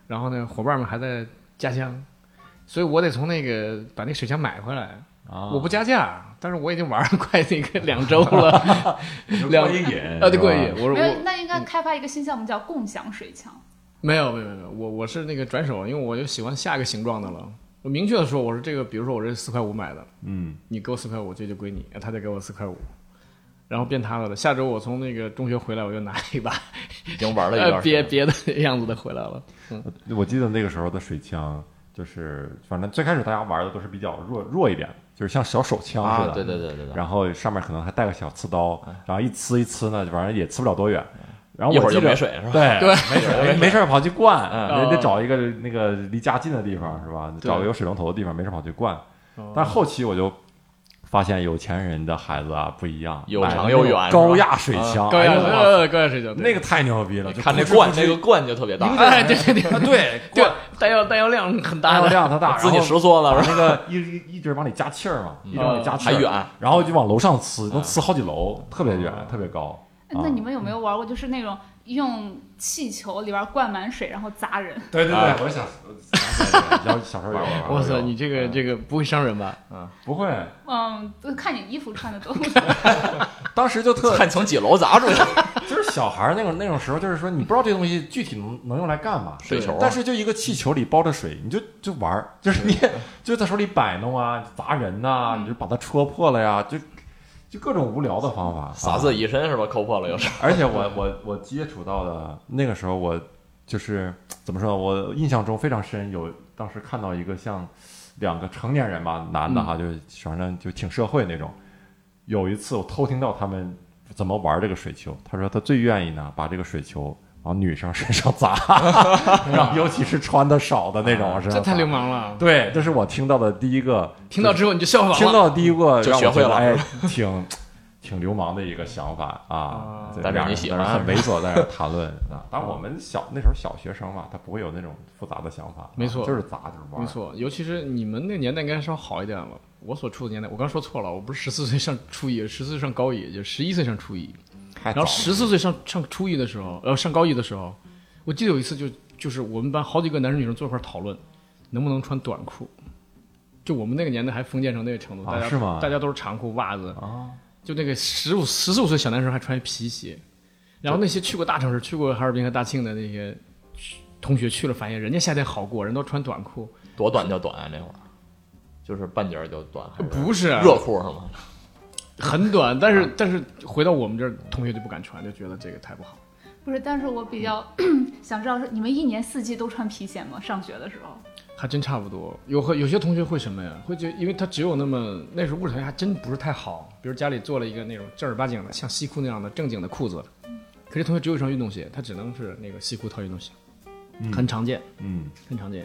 Speaker 3: 然后呢，伙伴们还在家乡，所以我得从那个把那水枪买回来。
Speaker 1: 啊，
Speaker 3: 我不加价，但是我已经玩了快那个两周了， 两
Speaker 1: 过瘾
Speaker 3: 啊，对，过
Speaker 1: 哎是吧
Speaker 3: 瘾。。我说
Speaker 2: 没有，
Speaker 3: 我
Speaker 2: 那应该开发一个新项目叫共享水枪。
Speaker 3: 没有没有没有，我我是那个转手，因为我就喜欢下一个形状的了。我明确的说，我是这个，比如说我这四块五买的，
Speaker 1: 嗯，
Speaker 3: 你给我四块五，这就归你，他再给我四块五，然后变他了的。下周我从那个中学回来，我就拿一把
Speaker 4: 已经玩了一
Speaker 3: 呃
Speaker 4: 段时
Speaker 3: 别
Speaker 4: 间。
Speaker 3: 别的样子的回来了。
Speaker 1: 我记得那个时候的水枪，就是反正最开始大家玩的都是比较弱弱一点的，就是像小手枪似
Speaker 4: 啊，
Speaker 1: 的，
Speaker 4: 对对对对对，
Speaker 1: 然后上面可能还带个小刺刀，然后一呲一呲呢，反正也呲不了多远。然后
Speaker 4: 嗯一
Speaker 1: 我
Speaker 4: 会儿就
Speaker 1: 记得
Speaker 4: 没水是吧？
Speaker 1: 对，没 水，没事儿跑去灌，
Speaker 4: 嗯
Speaker 1: 人得找一个那个离家近的地方是吧？
Speaker 3: 对
Speaker 1: 找个有水龙头的地方，没事儿跑去灌。
Speaker 4: 哦
Speaker 1: 但后期我就发现有钱人的孩子啊不一样，
Speaker 4: 又
Speaker 1: 买
Speaker 4: 长
Speaker 1: 那
Speaker 4: 又
Speaker 1: 种
Speaker 4: 远是
Speaker 1: 高
Speaker 4: 吧嗯
Speaker 1: 压水枪，
Speaker 3: 高
Speaker 1: 哎
Speaker 3: 压
Speaker 1: 呦
Speaker 3: 水
Speaker 1: 我
Speaker 3: 呃高压水饺，对
Speaker 1: 那个太牛逼了，就
Speaker 4: 看那
Speaker 1: 噗嗤
Speaker 4: 罐
Speaker 1: 噗，嗤
Speaker 4: 那个罐就特别大，
Speaker 3: 哎对对对
Speaker 1: 啊对
Speaker 3: 对
Speaker 1: 灌，
Speaker 3: 弹药弹药量很大
Speaker 1: 大
Speaker 3: 的，
Speaker 1: 量它大，
Speaker 4: 自己
Speaker 1: 然后
Speaker 4: 收缩了
Speaker 1: 把
Speaker 4: 是吧？嗯啊
Speaker 1: 那个一一一直往里加气儿嘛，一直往里加气儿，
Speaker 4: 还远，嗯哦
Speaker 1: 然后就往楼上呲，能呲好几楼，特别远，特别高。
Speaker 2: 哎那你们有没有玩过，就是那种用气球里边灌满水然后砸人？
Speaker 1: 对对
Speaker 4: 啊
Speaker 1: 对，我想，要 小时候有嗯玩儿，
Speaker 3: 哇塞，你这个这个不会伤人吧？
Speaker 1: 不会，
Speaker 2: 嗯，都看你衣服穿的都。
Speaker 1: 当时就特
Speaker 4: 看从几楼砸出去，
Speaker 1: 就是小孩儿那种那种时候，就是说你不知道这东西具体能能用来干嘛，
Speaker 4: 水球啊
Speaker 1: 但是就一个气球里包着水，你就就玩儿，就是你也 就在手里摆弄啊，砸人呐、你就把它戳破了呀，就就各种无聊的方法，
Speaker 4: 洒
Speaker 1: 啊
Speaker 4: 自己一身是吧？抠破了又是。
Speaker 1: 而且我我我接触到的那个时候，我就是怎么说呢？我印象中非常深，有当时看到一个像两个成年人吧，男
Speaker 3: 嗯
Speaker 1: 的哈，就是反正就挺社会那种。有一次我偷听到他们怎么玩这个水球，他说他最愿意呢把这个水球往女生身上砸， 然后尤其是穿的少的那种往身
Speaker 3: 啊这
Speaker 1: 上砸
Speaker 3: 太流。氓了！
Speaker 1: 对，这是我听到的第一个，
Speaker 3: 听到之后你就效仿
Speaker 1: 听
Speaker 3: 了，
Speaker 1: 到第一个
Speaker 4: 嗯就
Speaker 1: 让我
Speaker 4: 学会
Speaker 1: 觉得
Speaker 4: 了
Speaker 1: 哎，挺挺流氓的一个想法啊
Speaker 3: 啊。
Speaker 1: 对
Speaker 4: 但是
Speaker 1: 两
Speaker 4: 你
Speaker 1: 人
Speaker 4: 喜
Speaker 1: 在那
Speaker 4: 欢
Speaker 1: 很猥琐，在那谈论啊。但我们小那时候小学生嘛，他不会有那种复杂的想法，
Speaker 3: 没错
Speaker 1: 就是砸就是玩。
Speaker 3: 没，错，尤其是你们那年代应该稍好一点了。我所处的年代，我刚说错了，我不是十四岁上初一，十四岁上高一，就十一岁上初一。
Speaker 1: 太嗯
Speaker 3: 然后十四岁上上初一的时候，呃，上高一的时候，我记得有一次就就是我们班好几个男生女生坐一块儿讨论，能不能穿短裤。就我们那个年代还封建成那个程度，
Speaker 1: 啊
Speaker 3: 大家、
Speaker 1: 是吗
Speaker 3: 大家都是长裤袜子，
Speaker 1: 啊，
Speaker 3: 就那个十五十四五岁小男生还穿皮鞋，然后那些去过大城市、去过哈尔滨和大庆的那些同学去了，发现人家夏天好过，人都穿短裤，
Speaker 4: 多短就短啊，那会儿就是半截儿就短，
Speaker 1: 哎
Speaker 4: 还是
Speaker 3: 不
Speaker 1: 啊
Speaker 3: 是
Speaker 4: 热裤是吗？
Speaker 3: 很短，但是但是回到我们这儿，同学就不敢穿，就觉得这个太不好。
Speaker 2: 不是，但是我比较 想知道，是你们一年四季都穿皮鞋吗？上学的时候？
Speaker 3: 还真差不多，有和有些同学会什么呀？会觉，因为他只有那么那时候物质条件还真不是太好，比如家里做了一个那种正儿八经的，像西裤那样的正经的裤子，可是同学只有一双运动鞋，他只能是那个西裤套运动鞋，很常见。
Speaker 1: 嗯，
Speaker 3: 很常见。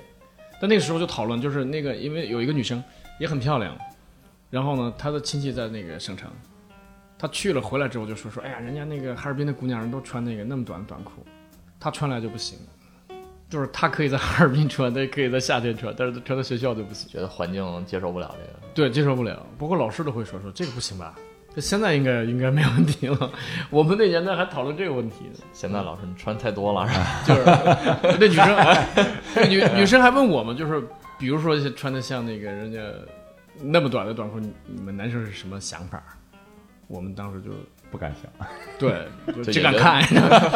Speaker 3: 但那个时候就讨论，就是那个因为有一个女生也很漂亮，然后呢，她的亲戚在那个省城，她去了回来之后就说说，哎呀，人家那个哈尔滨的姑娘人都穿那个那么短的短裤，她穿来就不行，就是她可以在哈尔滨穿，她可以在夏天穿，但是她穿在学校就不行，
Speaker 4: 觉得环境接受不了这个，
Speaker 3: 对，接受不了。不过老师都会说说这个不行吧。这现在应该应该没问题了， 我们那年代还讨论这个问题呢。
Speaker 4: 现在老师你穿太多
Speaker 1: 嗯
Speaker 4: 了是吧？
Speaker 3: 就是那女 生，那女女生还问我们，就是比如说穿的像那个人家那么短的短裤，你你们男生是什么想法？我们当时就
Speaker 1: 不敢想。
Speaker 3: 对， 就
Speaker 4: 这
Speaker 3: 只
Speaker 4: 也
Speaker 3: 敢
Speaker 4: 就
Speaker 3: 看，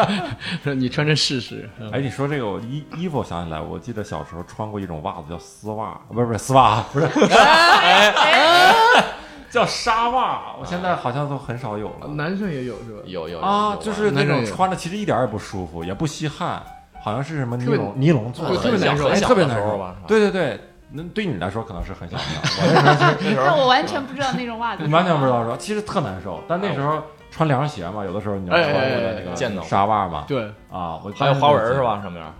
Speaker 3: 说你穿着试 试。嗯
Speaker 1: 哎，你说这个我衣衣服，我想起来，我记得小时候穿过一种袜子叫丝袜，不是不是丝袜，啊不是，
Speaker 3: 哎
Speaker 1: 叫纱袜。我现在好像都很少有了。
Speaker 3: 男生也有是吧？
Speaker 4: 有有有
Speaker 1: 啊，
Speaker 4: 有
Speaker 1: 就是那
Speaker 3: 那
Speaker 1: 种
Speaker 3: 种
Speaker 1: 穿着其实一点儿也不舒服，也不吸汗，好像是什么尼
Speaker 3: 特别
Speaker 1: 龙尼龙做
Speaker 3: 对
Speaker 1: 的，
Speaker 3: 特别难受
Speaker 1: 哎
Speaker 4: 很小
Speaker 1: 特别
Speaker 4: 的
Speaker 1: 难
Speaker 4: 时候
Speaker 1: 受
Speaker 4: 吧是吧
Speaker 1: 对对对，那对你来说可能是很小的，
Speaker 4: 那时
Speaker 2: 但
Speaker 4: 候
Speaker 2: 我完全不知道那种袜子。
Speaker 1: 你完全不知道说，其实特难受。但那时候穿凉鞋嘛，有的时候你要
Speaker 3: 哎
Speaker 1: 穿
Speaker 3: 哎哎
Speaker 1: 那
Speaker 4: 哎见到
Speaker 1: 个纱袜嘛，
Speaker 3: 对，
Speaker 1: 啊，我
Speaker 4: 还有花纹儿是？吧？上面儿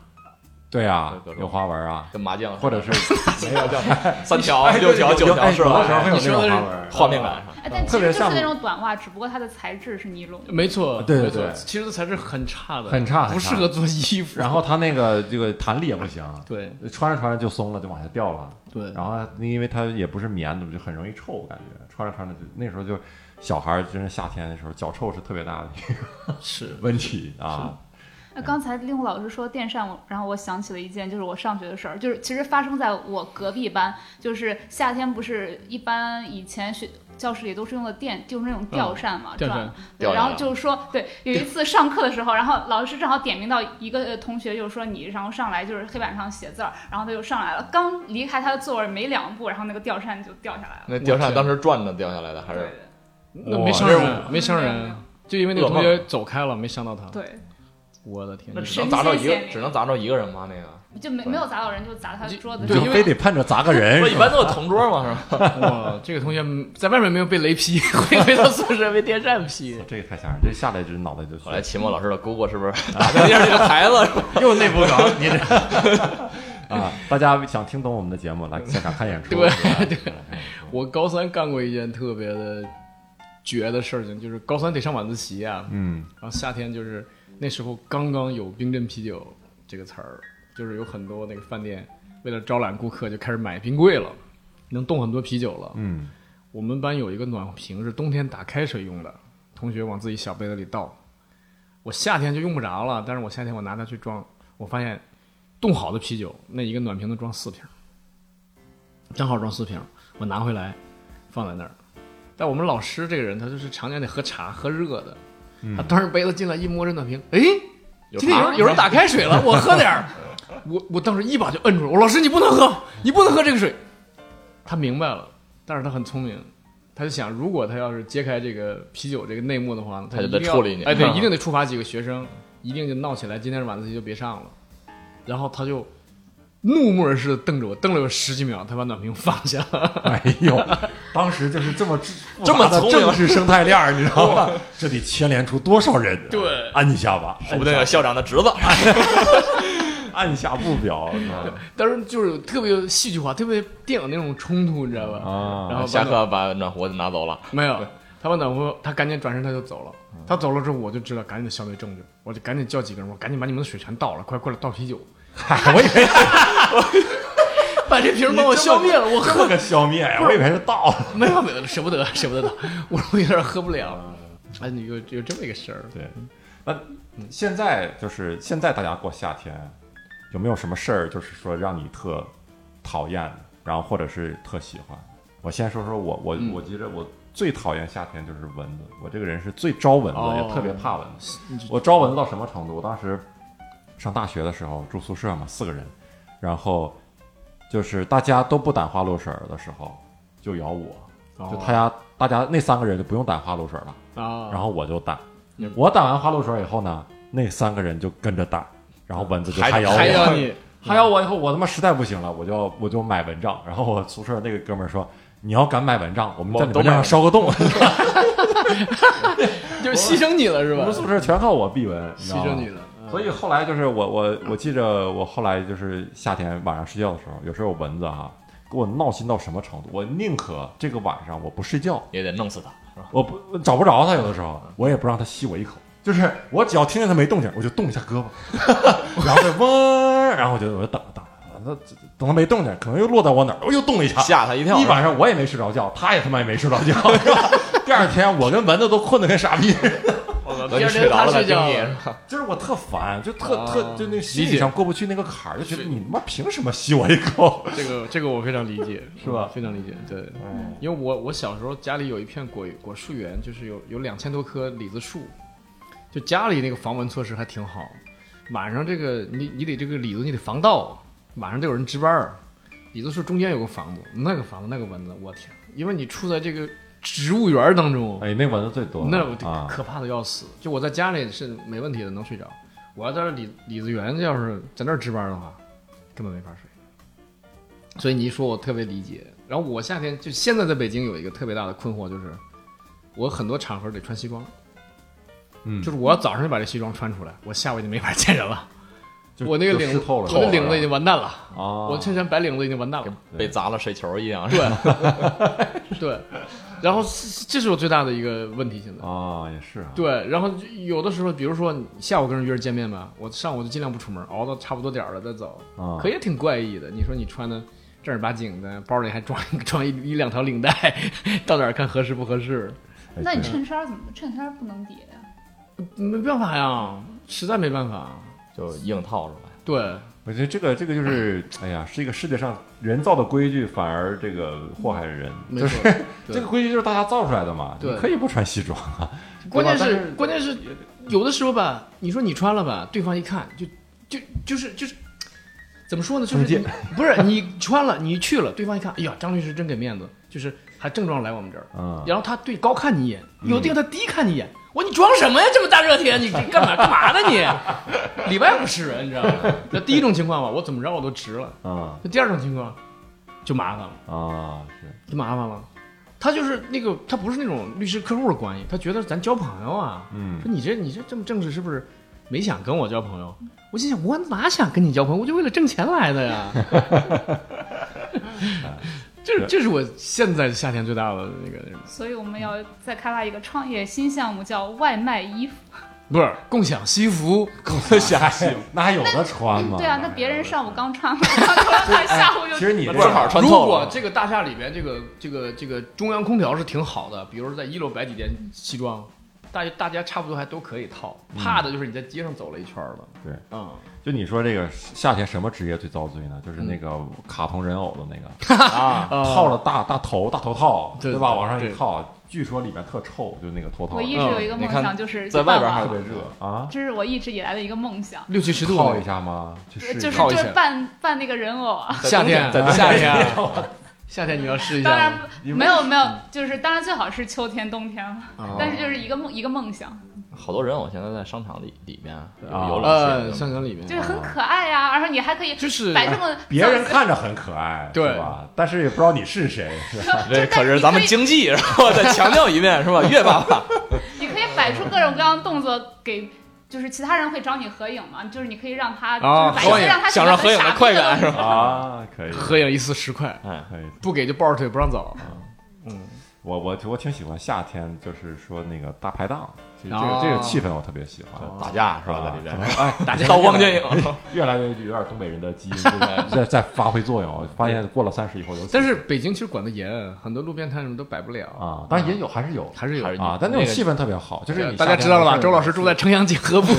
Speaker 1: 对啊
Speaker 4: 对各，种
Speaker 1: 有花纹啊，
Speaker 4: 跟麻将似
Speaker 1: 或
Speaker 4: 的
Speaker 1: 者是
Speaker 4: 没有叫三条、
Speaker 1: 哎对
Speaker 4: 啊六条、
Speaker 1: 有
Speaker 4: 九条
Speaker 1: 哎
Speaker 4: 是
Speaker 1: 有的时
Speaker 4: 吧
Speaker 1: 候？会有
Speaker 3: 你
Speaker 1: 那
Speaker 3: 说
Speaker 1: 种花
Speaker 3: 的
Speaker 1: 纹
Speaker 3: 是
Speaker 1: 啊儿，
Speaker 4: 画面感上，
Speaker 2: 哎，但
Speaker 1: 特
Speaker 2: 其
Speaker 1: 别
Speaker 2: 实就
Speaker 1: 像
Speaker 2: 是那种短袜，只不过它的材质是尼龙。
Speaker 3: 没错，
Speaker 1: 对对
Speaker 3: 没错
Speaker 1: 对
Speaker 3: 其实这材质很差的，
Speaker 1: 很差
Speaker 3: 不
Speaker 1: 很差
Speaker 3: 适合做衣服。
Speaker 1: 然后它那个这个弹力也不行，
Speaker 3: 对
Speaker 1: 穿着穿着就松了，就往下掉了。
Speaker 3: 对，
Speaker 1: 然后因为它也不是棉的，就很容易臭，我感觉穿着穿着就那时候就小孩儿，真是夏天的时候脚臭是特别大的一个
Speaker 3: 是
Speaker 1: 问 题啊。
Speaker 2: 那刚才令狐老师说电扇，我然后我想起了一件，就是我上学的事儿，就是其实发生在我隔壁班，就是夏天不是一般以前学教室里都是用的电，就是那种吊扇嘛，
Speaker 3: 嗯吊
Speaker 2: 转
Speaker 3: 扇
Speaker 4: 吊
Speaker 2: 对，
Speaker 4: 下
Speaker 2: 然后
Speaker 4: 来
Speaker 2: 就是说，对，有一次上课的时候，然后老师正好点名到一个呃同学，就是说你，然后上来就是黑板上写字儿，然后他就上来了，刚离开他的座位没两步，然后那个吊扇就掉下来了。
Speaker 4: 那吊扇当时转着掉下来的，还是
Speaker 3: 那
Speaker 1: 哇
Speaker 3: 没伤人，没伤
Speaker 2: 没有没
Speaker 3: 人
Speaker 2: 有，
Speaker 3: 就因为那
Speaker 4: 噩
Speaker 3: 个
Speaker 4: 梦
Speaker 3: 同学走开了，没伤到他。
Speaker 2: 对，对
Speaker 3: 我的天，
Speaker 2: 那
Speaker 3: 这
Speaker 4: 只能砸着一
Speaker 2: 神
Speaker 4: 个
Speaker 2: 仙，显
Speaker 4: 只能砸着一个人吗？那个，
Speaker 2: 就没没有砸到人，就砸他
Speaker 3: 就
Speaker 2: 桌子
Speaker 1: 你
Speaker 3: 对
Speaker 1: 就
Speaker 2: 上。
Speaker 3: 因
Speaker 1: 非
Speaker 3: 为
Speaker 1: 得盼着砸个人
Speaker 4: 不是
Speaker 1: 是
Speaker 4: 一
Speaker 1: 吧？
Speaker 4: 般都是同桌嘛，是吧？
Speaker 3: 哇，这个同学嗯在外面没有被雷劈， 回回到宿舍被电扇劈。
Speaker 1: 这个太吓人，这下来就是脑袋就
Speaker 4: 后来期末老师的姑姑是不是打啊断一下这个牌子？ 是吧
Speaker 1: 又内部梗， 你这啊！大家想听懂我们的节目，来现场看演出。
Speaker 3: 对
Speaker 1: 对，
Speaker 3: 我高三干过一件特别的绝的事情，就是高三得上晚自习啊，
Speaker 1: 嗯，
Speaker 3: 然后夏天就是那时候刚刚有冰镇啤酒这个词儿，就是有很多那个饭店为了招揽顾客就开始买冰柜了，能冻很多啤酒了。
Speaker 1: 嗯，
Speaker 3: 我们班有一个暖瓶是冬天打开水用的，同学往自己小杯子里倒。我夏天就用不着了，但是我夏天我拿它去装，我发现冻好的啤酒那一个暖瓶能装四瓶，正好装四瓶，我拿回来放在那儿。但我们老师这个人，他就是常年得喝茶，喝热的。他端着杯子进来，一摸这暖瓶，哎，今天有人有人打开水 了，我喝点儿。我我当时一把就摁住了，我说老师你不能喝，你不能喝这个水。他明白了，但是他很聪明，他就想，如果他要是揭开这个啤酒这个内幕的话，
Speaker 4: 他就
Speaker 3: 一定
Speaker 4: 得
Speaker 3: 要
Speaker 4: 处理你嗯
Speaker 3: 哎，对，一定得处罚几个学生，一定就闹起来，今天晚自习就别上了。然后他就怒目而视的瞪着我，瞪了有十几秒，他把暖瓶放下了。
Speaker 1: 哎呦， 当时就是这么智
Speaker 4: 这么
Speaker 1: 复杂的
Speaker 4: 聪明
Speaker 1: 政治生态链儿，你知道吗？这得牵连出多少人？
Speaker 3: 对
Speaker 1: 按一下吧，
Speaker 4: 说不定有校长的侄子，
Speaker 1: 按下不表是吧
Speaker 3: 但是就是特别戏剧化，特别电影那种冲突，你知道吧？
Speaker 1: 啊
Speaker 3: 然 后把
Speaker 4: 下
Speaker 3: 暖
Speaker 4: 课把暖壶就拿走了。
Speaker 3: 没有，他把暖壶，他赶紧转身他就走了。他走了之后，我就知道赶紧得消灭证据，我就赶紧叫几个人，我赶紧把你们的水全倒了，快过来倒啤酒，
Speaker 1: 嗨， 我以为
Speaker 3: 把这瓶儿帮我消灭了。我
Speaker 1: 这
Speaker 3: 喝
Speaker 1: 么 个消灭呀，我以为是到了。
Speaker 3: 没有没有，舍不得舍不得倒，我说我有点喝不了。哎，你有有这么一个事儿？
Speaker 1: 对，那现在就是现在大家过夏天，有没有什么事儿就是说让你特讨厌的，然后或者是特喜欢？我先说说我我
Speaker 3: 嗯
Speaker 1: 我记得我最讨厌夏天就是蚊子，我这个人是最招蚊子，
Speaker 3: 哦
Speaker 1: 也特别怕蚊子。
Speaker 3: 你就
Speaker 1: 我招蚊子到什么程度？我当时上大学的时候住宿舍嘛，四个人，然后就是大家都不掸花露水儿的时候，就咬我，哦就他家大家那三个人就不用掸花露水了。
Speaker 3: 啊，
Speaker 1: 然后我就打
Speaker 3: 嗯，
Speaker 1: 我打完花露水以后呢，那三个人就跟着打，然后蚊子就
Speaker 4: 还
Speaker 1: 咬
Speaker 3: 还
Speaker 1: 我，
Speaker 3: 要你
Speaker 1: 还咬我以后，我他妈实在不行了，我就我就买蚊帐。然后我宿舍那个哥们儿说，你要敢买蚊帐，我们在你
Speaker 4: 都
Speaker 1: 们
Speaker 4: 买
Speaker 1: 上烧个洞，
Speaker 3: 就牺牲你了 是
Speaker 1: 我
Speaker 3: 吧
Speaker 1: 们？宿舍全靠我避蚊，你知
Speaker 3: 牺
Speaker 1: 道吗
Speaker 3: 牲你。了。嗯
Speaker 1: 所以后来就是我我我记着我后来就是夏天晚上睡觉的时候，有时候有蚊子哈、给我闹心到什么程度？我宁可这个晚上我不睡觉，
Speaker 4: 也得弄死他，是吧？
Speaker 1: 我不我找不着它，有的时候我也不让它吸我一口，就是我只要听见它没动静，我就动一下胳膊， 然后它嗡，然后我就我就等着等着，它等它没动静，可能又落在我哪儿，我又动一下，
Speaker 4: 吓啊他一跳。
Speaker 1: 一晚上我也没睡着觉，它也他妈也没睡着觉， 是吧第二天我跟蚊子都困得跟傻逼似的，
Speaker 4: 我就睡着了，在经历是吧
Speaker 1: 就是我特烦，就特
Speaker 3: 啊
Speaker 1: 特就那个心
Speaker 3: 理
Speaker 1: 理
Speaker 3: 解
Speaker 1: 上过不去那个坎儿，就觉得你他妈凭什么吸我一口？
Speaker 3: 这个这个我非常理解，嗯
Speaker 1: 是吧嗯
Speaker 3: 非常理解，对，因为我我小时候家里有一片果果树园，就是有有两千多棵李子树，就家里那个防蚊措施还挺好。晚上这个你你得这个李子你得防盗，晚上就有人值班儿。李子树中间有个房子，那个房子那个蚊子，我天！因为你处在这个植物园当中，
Speaker 1: 哎，那蚊子最多了，
Speaker 3: 那我得
Speaker 1: 啊，
Speaker 3: 可怕的要死。就我在家里是没问题的，能睡着。我要在这李李子园要是在那儿值班的话，根本没法睡。所以你一说，我特别理解。然后我夏天就现在在北京有一个特别大的困惑，就是我很多场合得穿西装，
Speaker 1: 嗯，
Speaker 3: 就是我要早上就把这西装穿出来，我下午就没法见人了。
Speaker 1: 就
Speaker 3: 我那个
Speaker 1: 就
Speaker 3: 领
Speaker 1: 湿
Speaker 3: 子，
Speaker 1: 透了，
Speaker 3: 我的领子已经完蛋了，
Speaker 1: 啊，
Speaker 3: 我衬衫白领子已经完蛋了。
Speaker 4: 跟被砸了水球一样。
Speaker 3: 对，对，然后是这是我最大的一个问题，现在。
Speaker 1: 啊也是啊，
Speaker 3: 对，然后就有的时候，比如说你下午跟人约着见面吧，我上午就尽量不出门，熬到差不多点儿了再走，
Speaker 1: 啊，
Speaker 3: 可也挺怪异的。你说你穿的正儿八经的，包里还装 装一一两条领带， 到哪儿看合适不合适？
Speaker 1: 哎
Speaker 2: 那你
Speaker 1: 对
Speaker 2: 衬衫怎么？衬衫不能叠呀、
Speaker 3: 没办法呀，实在没办法。
Speaker 4: 就硬套出来。
Speaker 3: 对，
Speaker 1: 我觉得这个这个就是，哎呀，是一个世界上人造的规矩，反而这个祸害了人。
Speaker 3: 没
Speaker 1: 就
Speaker 3: 错
Speaker 1: 是
Speaker 3: 对
Speaker 1: 这个规矩就是大家造出来的嘛，你
Speaker 3: 对
Speaker 1: 可以不穿西装啊。
Speaker 3: 关
Speaker 1: 对吧
Speaker 3: 键
Speaker 1: 但
Speaker 3: 是关键是有的时候吧，你说你穿了吧，对方一看就就就是就是怎么说呢？就是
Speaker 1: 中介
Speaker 3: 你不是你穿了，你去了，对方一看，哎呀，张律师真给面子，就是还正装来我们这儿，
Speaker 1: 嗯，
Speaker 3: 然后他对高看你一眼，有的地方他低看你一眼。我说你装什么呀？这么大热天，你这干嘛干嘛呢你？里外不是人，你知道吗？那第一种情况吧，我怎么着我都值了。
Speaker 1: 啊
Speaker 3: 那第二种情况就麻烦了。
Speaker 1: 啊是
Speaker 3: 就麻烦了。他就是那个，他不是那种律师客户的关系，他觉得咱交朋友啊。
Speaker 1: 嗯
Speaker 3: 说你这你这这么正式，是不是没想跟我交朋友？我心想，我哪想跟你交朋友？我就为了挣钱来的呀。这这是我现在夏天最大的那个，
Speaker 2: 所以我们要再开发一个创业新项目，叫外卖衣服。
Speaker 3: 不是共享西服，
Speaker 1: 瞎洗， 那还有的穿吗？
Speaker 2: 对啊，那别人上午刚穿完， 然后他下午
Speaker 1: 哎其
Speaker 2: 就
Speaker 1: 实你
Speaker 4: 正
Speaker 1: 这个
Speaker 4: 好穿
Speaker 3: 如
Speaker 4: 透
Speaker 3: 果
Speaker 4: 了。
Speaker 3: 这个大厦里面这个这个这个中央空调是挺好的，比如说在一楼摆几件西装，大大家差不多还都可以套。怕的就是你在街上走了一圈了。
Speaker 1: 对，
Speaker 3: 嗯，
Speaker 1: 就你说这个夏天什么职业最遭罪呢？就是那
Speaker 3: 嗯
Speaker 1: 个卡通人偶的那个啊， 套
Speaker 3: 呃
Speaker 1: 了大大头大头套，
Speaker 3: 对
Speaker 1: 吧？
Speaker 3: 对
Speaker 1: 往上一
Speaker 3: 对
Speaker 1: 套，据说里面特臭，就那个头套
Speaker 2: 我一直有一个梦
Speaker 4: 嗯你
Speaker 2: 想，
Speaker 4: 看
Speaker 2: 就是
Speaker 4: 在外边还
Speaker 2: 办
Speaker 1: 特
Speaker 2: 完
Speaker 1: 别热啊，
Speaker 2: 这是我一直以来的一个梦想，
Speaker 3: 六七十度
Speaker 1: 套
Speaker 3: 呢
Speaker 1: 一下吗？去试一
Speaker 2: 就是就是
Speaker 1: 下
Speaker 3: 套一
Speaker 2: 就是
Speaker 3: 下
Speaker 2: 扮扮那个人偶啊。
Speaker 4: 在
Speaker 3: 夏
Speaker 4: 冬
Speaker 3: 天，
Speaker 4: 在冬
Speaker 3: 夏 天，夏天你要试一
Speaker 2: 当
Speaker 3: 下
Speaker 2: 然
Speaker 3: 吗。
Speaker 1: 因为
Speaker 2: 没
Speaker 4: 嗯
Speaker 2: 有没有，就是当然最好是秋天冬天了，
Speaker 3: 嗯
Speaker 4: 哦
Speaker 2: 但是就是一个梦一个梦想，
Speaker 4: 好多人偶现在在商场里里面有
Speaker 1: 啊
Speaker 4: 有
Speaker 3: 呃，
Speaker 4: 冷气
Speaker 3: 香港里面
Speaker 2: 就是
Speaker 4: 哦
Speaker 2: 很可爱呀、然后你还可以
Speaker 3: 就是
Speaker 2: 摆这么
Speaker 1: 别人看着很可爱，
Speaker 3: 对
Speaker 1: 是吧？但是也不知道你是谁，是吧？
Speaker 2: 就
Speaker 4: 这
Speaker 2: 就
Speaker 4: 可
Speaker 2: 但
Speaker 4: 是
Speaker 2: 你
Speaker 4: 咱们
Speaker 2: 可以
Speaker 4: 经济，然后再强调一遍 是吧？岳爸爸，
Speaker 2: 你可以摆出各种各样的动作给。就是其他人会找你合影嘛，就是你可以让他，
Speaker 3: 啊
Speaker 2: 就是
Speaker 3: 合
Speaker 2: 摆一
Speaker 3: 影
Speaker 2: 些让他
Speaker 4: 想
Speaker 2: 觉得
Speaker 4: 让合影
Speaker 2: 很
Speaker 4: 的
Speaker 2: 傻逼
Speaker 4: 快
Speaker 2: 东
Speaker 4: 感
Speaker 2: 西
Speaker 4: 是吧？
Speaker 1: 啊，可以，
Speaker 3: 合影一次十块，
Speaker 4: 哎，
Speaker 1: 可以。
Speaker 3: 不给就抱着腿不让走。
Speaker 1: 我我我挺喜欢夏天，就是说那个大排档，其实这个
Speaker 3: 啊
Speaker 1: 这个气氛我特别喜欢。
Speaker 3: 哦
Speaker 4: 打架是吧？
Speaker 1: 啊
Speaker 4: 在里边
Speaker 1: 哎，
Speaker 4: 打架，哦刀光剑 影，啊
Speaker 1: 越来越有点东北人的基因在 在在发挥作用。发现过了三十以后有，
Speaker 3: 但是北京其实管得严，很多路边摊什么都摆不了，
Speaker 1: 啊，当然也有，还是有
Speaker 3: 还是有
Speaker 4: 还。是
Speaker 1: 啊，但那种
Speaker 4: 那个
Speaker 1: 气氛特别好，就是你
Speaker 3: 大家
Speaker 1: 夏天
Speaker 3: 知道了吧？
Speaker 1: 没事儿
Speaker 3: 周老师住在城阳几何部，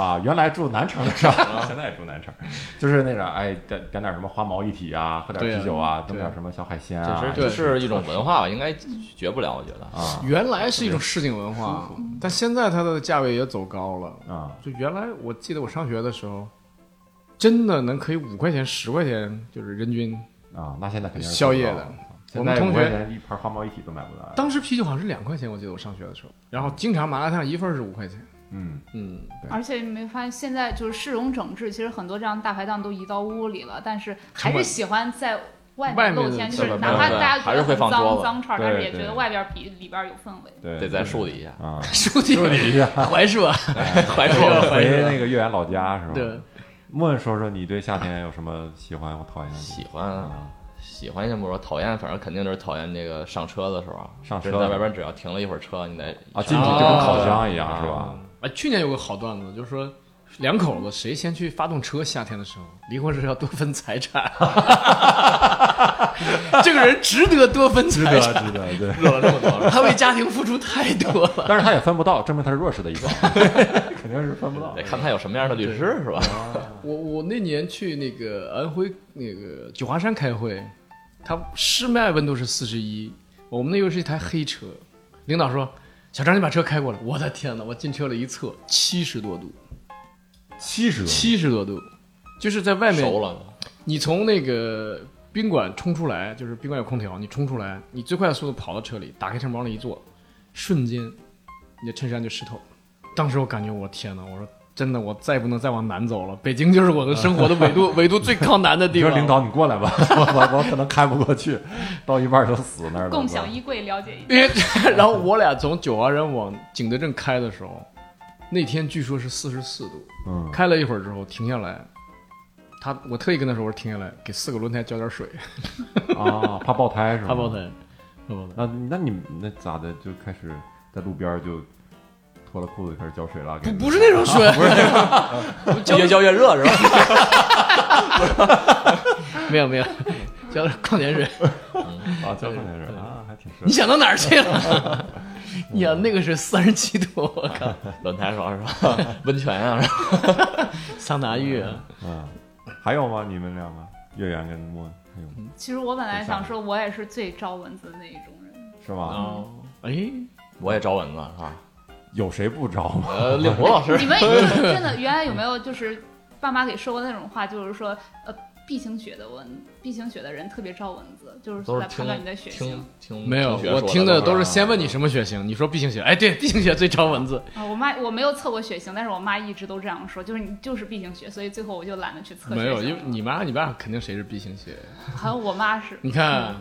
Speaker 1: 啊，原来住南城的 是
Speaker 3: 哦
Speaker 1: 吧？现在也住南城，就是那个哎，点点点什么花毛一体啊，喝
Speaker 3: 对
Speaker 1: 点
Speaker 3: 啊
Speaker 1: 啤酒啊，弄
Speaker 3: 对
Speaker 1: 点什么小海鲜啊，
Speaker 4: 这是这是一种文化吧，应该绝不了，我觉得。
Speaker 1: 啊
Speaker 3: 原来是一种市井文化，但现在它的价位也走高了。
Speaker 1: 啊。
Speaker 3: 就原来我记得我上学的时候，真的能可以五块钱、十块钱，就是人均。
Speaker 1: 啊，那现在肯定是
Speaker 3: 宵夜
Speaker 1: 不知道
Speaker 3: 的
Speaker 1: 了。
Speaker 3: 我
Speaker 1: 现
Speaker 3: 们
Speaker 1: 在
Speaker 3: 同
Speaker 1: 五块
Speaker 3: 学
Speaker 1: 钱一盘花猫一体都买不到。
Speaker 3: 当时啤酒好像是两块钱，我记得我上学的时候，然后经常麻辣烫一份儿是五块钱。
Speaker 1: 嗯，
Speaker 3: 嗯，
Speaker 2: 而且你没发现现在就是市容整治，其实很多这样大排档都移到屋里了，但是还是喜欢在外
Speaker 3: 外
Speaker 2: 面
Speaker 3: 面
Speaker 2: 露
Speaker 3: 的
Speaker 2: 天，就
Speaker 3: 对
Speaker 2: 是
Speaker 3: 对
Speaker 2: 哪怕
Speaker 4: 对
Speaker 2: 大家
Speaker 4: 还
Speaker 2: 觉
Speaker 4: 是
Speaker 2: 得
Speaker 4: 会
Speaker 2: 很
Speaker 4: 放桌
Speaker 2: 脏
Speaker 4: 子
Speaker 2: 脏串儿，但是
Speaker 1: 对
Speaker 2: 也觉
Speaker 1: 对
Speaker 2: 得外边儿比里边儿有氛围。
Speaker 1: 对，
Speaker 4: 得在树底下，
Speaker 1: 啊，
Speaker 3: 树底
Speaker 1: 树底下。
Speaker 3: 槐树啊，槐树啊，槐
Speaker 1: 回
Speaker 3: 树
Speaker 1: 那
Speaker 3: 啊。
Speaker 1: 个岳阳老家是吧？
Speaker 3: 对。，
Speaker 1: 莫问说说你对夏天有什么喜欢或讨厌的地
Speaker 4: 喜欢
Speaker 1: 方？
Speaker 4: 啊
Speaker 1: 啊
Speaker 4: 喜欢先不说，讨厌，反正肯定就是讨厌这个上车的时候啊，
Speaker 1: 上
Speaker 4: 就是
Speaker 1: 车
Speaker 4: 在外边只要停了一会儿车，你得
Speaker 1: 啊，进去就跟烤箱一样是吧？
Speaker 3: 啊，去年有个好段子，就是说两口子谁先去发动车，夏天的时候离婚时要多分财产。 这个人值得多分
Speaker 1: 值
Speaker 3: 财
Speaker 1: 得
Speaker 3: 产，
Speaker 1: 值得，对。
Speaker 3: 惹了这么多，他为家庭付出太多了。
Speaker 1: 但是他也分不到，证明他是弱势的一方，肯定是分不到
Speaker 4: 得看他有什么样的律师是吧？
Speaker 3: 我我那年去那个安徽那个九华山开会，他室外温度是四十一，我们那又是一台黑车，领导说。小张，你把车开过来！我的天哪，我进车里一测，七十多度，
Speaker 1: 七十多
Speaker 3: 七十多度，就是在外面
Speaker 4: 熟了，
Speaker 3: 你从那个宾馆冲出来，就是宾馆有空调，你冲出来，你最快的速度跑到车里，打开车门往里一坐，瞬间，你的衬衫就湿透了。当时我感觉我天哪，我说真的我再不能再往南走了，北京就是我的生活的纬 度纬度最靠南的
Speaker 1: 你
Speaker 3: 地
Speaker 1: 说
Speaker 3: 方。
Speaker 1: 领导，你过来吧，我我我可能开不过去，到一半儿就死那儿了。
Speaker 2: 共享衣柜了解一下。
Speaker 3: 因为 然后我俩从九华山往景德镇开的时候，那天据说是四十四度，
Speaker 1: 嗯，
Speaker 3: 开了一会儿之后停下来，他我特意跟他说我说停下来给四个轮胎浇点水，
Speaker 1: 啊，怕爆胎是吧？
Speaker 3: 他爆。胎，他爆胎。
Speaker 1: 那那你们那咋的就开始在路边儿就脱了裤子开始浇水了？
Speaker 3: 不
Speaker 1: 给
Speaker 3: 不是那种水，不是
Speaker 4: 越浇越热 是吧？
Speaker 3: 没有没有，浇点矿泉水。
Speaker 1: 啊，浇矿泉水啊，还挺深。
Speaker 3: 你想到哪儿去了？呀，那个是三十七度，我靠，
Speaker 4: 轮胎霜是吧？ 温泉啊是吧？
Speaker 3: 桑拿浴啊。
Speaker 1: 嗯，还有吗？你们两个，月圆跟莫，还有
Speaker 4: 嗯
Speaker 1: 吗
Speaker 2: 其实我本来想说，我也是最招蚊子的那一种人。
Speaker 1: 是吗？
Speaker 4: 哦，
Speaker 3: 哎，
Speaker 4: 我也招蚊子啊。
Speaker 1: 有谁不招吗？
Speaker 4: 呃，令狐老 师
Speaker 2: 你们 就是真的原来有没有就是爸妈给说过那种话，就是说呃 B 型血的蚊，B 型血的人特别招蚊子，就是
Speaker 4: 都是
Speaker 2: 来判断
Speaker 4: 听
Speaker 2: 你的血型
Speaker 4: 听。听
Speaker 3: 没有，
Speaker 4: 同学
Speaker 3: 我
Speaker 4: 说
Speaker 3: 听的都是
Speaker 4: 吧
Speaker 3: 先问你什么血型，你说 B 型血，哎，对，B 型血最招蚊子。
Speaker 2: 啊，我妈我没有测过血型，但是我妈一直都这样说，就是你就是 B 型血，所以最后我就懒得去测血型。
Speaker 3: 没有，因为你妈你爸肯定谁是 B 型血，
Speaker 2: 好像我妈 是，
Speaker 3: 你看，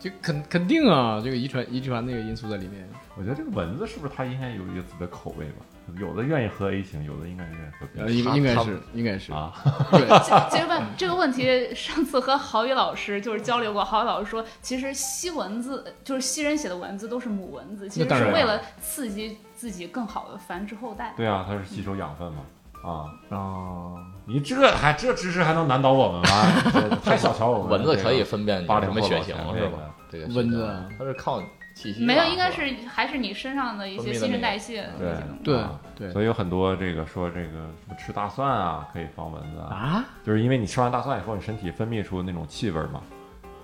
Speaker 3: 就肯肯定啊，这个遗传遗传那个因素在里面。
Speaker 1: 我觉得这个蚊子是不是它应该有一个自己的口味吧？有的愿意喝 A 型，有的应该愿意喝 B
Speaker 3: 呃，
Speaker 1: 型
Speaker 3: 应
Speaker 4: 他
Speaker 3: 应该
Speaker 4: 他
Speaker 3: 是应该是，
Speaker 1: 啊。
Speaker 3: 对，
Speaker 2: 其实问这个问题，上次和郝宇老师就是交流过，郝宇老师说，其实吸蚊子就是吸人血的蚊子都是母蚊子，其
Speaker 3: 那
Speaker 2: 实
Speaker 3: 当
Speaker 2: 是
Speaker 3: 然
Speaker 2: 为
Speaker 1: 了
Speaker 2: 了刺激自己更好的繁殖后代。
Speaker 1: 对啊，它是吸收养分嘛。啊，
Speaker 3: 哦，
Speaker 1: 你这还这知识还能难倒我们吗？ 这太小瞧我们了。
Speaker 4: 蚊子可以分辨你
Speaker 1: 八
Speaker 4: 有
Speaker 1: 零
Speaker 4: 什
Speaker 1: 后
Speaker 4: 么血
Speaker 1: 老
Speaker 4: 型
Speaker 1: 前辈
Speaker 4: 是
Speaker 1: 了
Speaker 4: 吧？这个
Speaker 3: 蚊子
Speaker 4: 血型
Speaker 3: 啊
Speaker 4: 它是靠气息吧，
Speaker 2: 没有，应该
Speaker 4: 吧
Speaker 2: 是还是你身上的一
Speaker 4: 分
Speaker 2: 些
Speaker 4: 泌的
Speaker 2: 新陈
Speaker 4: 那个
Speaker 2: 代谢的
Speaker 1: 嗯对
Speaker 2: 一些东西。
Speaker 3: 对
Speaker 1: 啊
Speaker 3: 对
Speaker 1: 所以有很多这个说这个什么吃大蒜啊可以防蚊子啊，
Speaker 3: 啊，
Speaker 1: 就是因为你吃完大蒜以后，你身体分泌出那种气味嘛，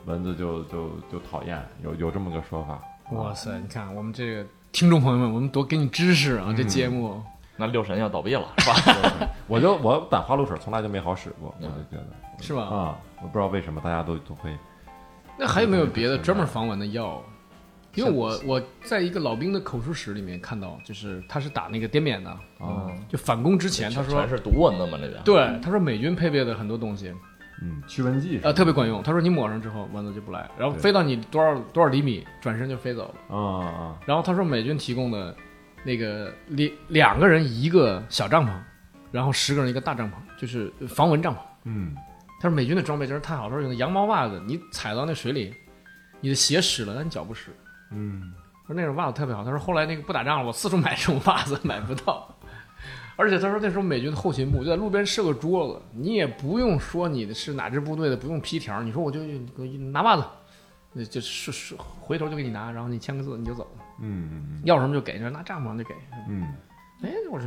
Speaker 1: 蚊子就就就讨厌，有有这么个说法。
Speaker 3: 哇塞，你看我们这个听众朋友们，我们多给你知识啊，
Speaker 4: 嗯
Speaker 3: 这节目
Speaker 4: 那六神要倒闭了是吧？
Speaker 1: 我就我胆花露水从来就没好使过，我就觉得
Speaker 3: 是吧？
Speaker 1: 啊，我不知道为什么大家都都会
Speaker 3: 那还有没有别的专门防蚊的药？啊因为我我在一个老兵的口述史里面看到，就是他是打那个滇缅的，
Speaker 4: 嗯
Speaker 1: 啊，
Speaker 3: 就反攻之前他说
Speaker 4: 全，是毒蚊子嘛这边。
Speaker 3: 对，他说美军配备的很多东西，
Speaker 1: 嗯，驱蚊剂
Speaker 3: 呃，特别管用。他说你抹上之后，蚊子就不来，然后
Speaker 1: 对
Speaker 3: 飞到你多少多少厘米，转身就飞走了。
Speaker 1: 啊啊
Speaker 3: 然后他说美军提供的那个两两个人一个小帐篷，然后十个人一个大帐篷，就是防蚊帐篷。
Speaker 1: 嗯
Speaker 3: 他说美军的装备真是太好，他说有那羊毛袜子，你踩到那水里，你的鞋湿了，但你脚不湿。
Speaker 1: 嗯
Speaker 3: 他说那种袜子特别好。他说后来那个不打仗了，我四处买这种袜子买不到。而且他说那时候美军的后勤部就在路边设个桌子，你也不用说你的是哪支部队的，不用批条，你说我就你给我拿袜子，那就是是回头就给你拿，然后你签个字你就走，
Speaker 1: 嗯嗯
Speaker 3: 要什么就给，你说拿帐篷就给。
Speaker 1: 嗯。
Speaker 3: 哎，我说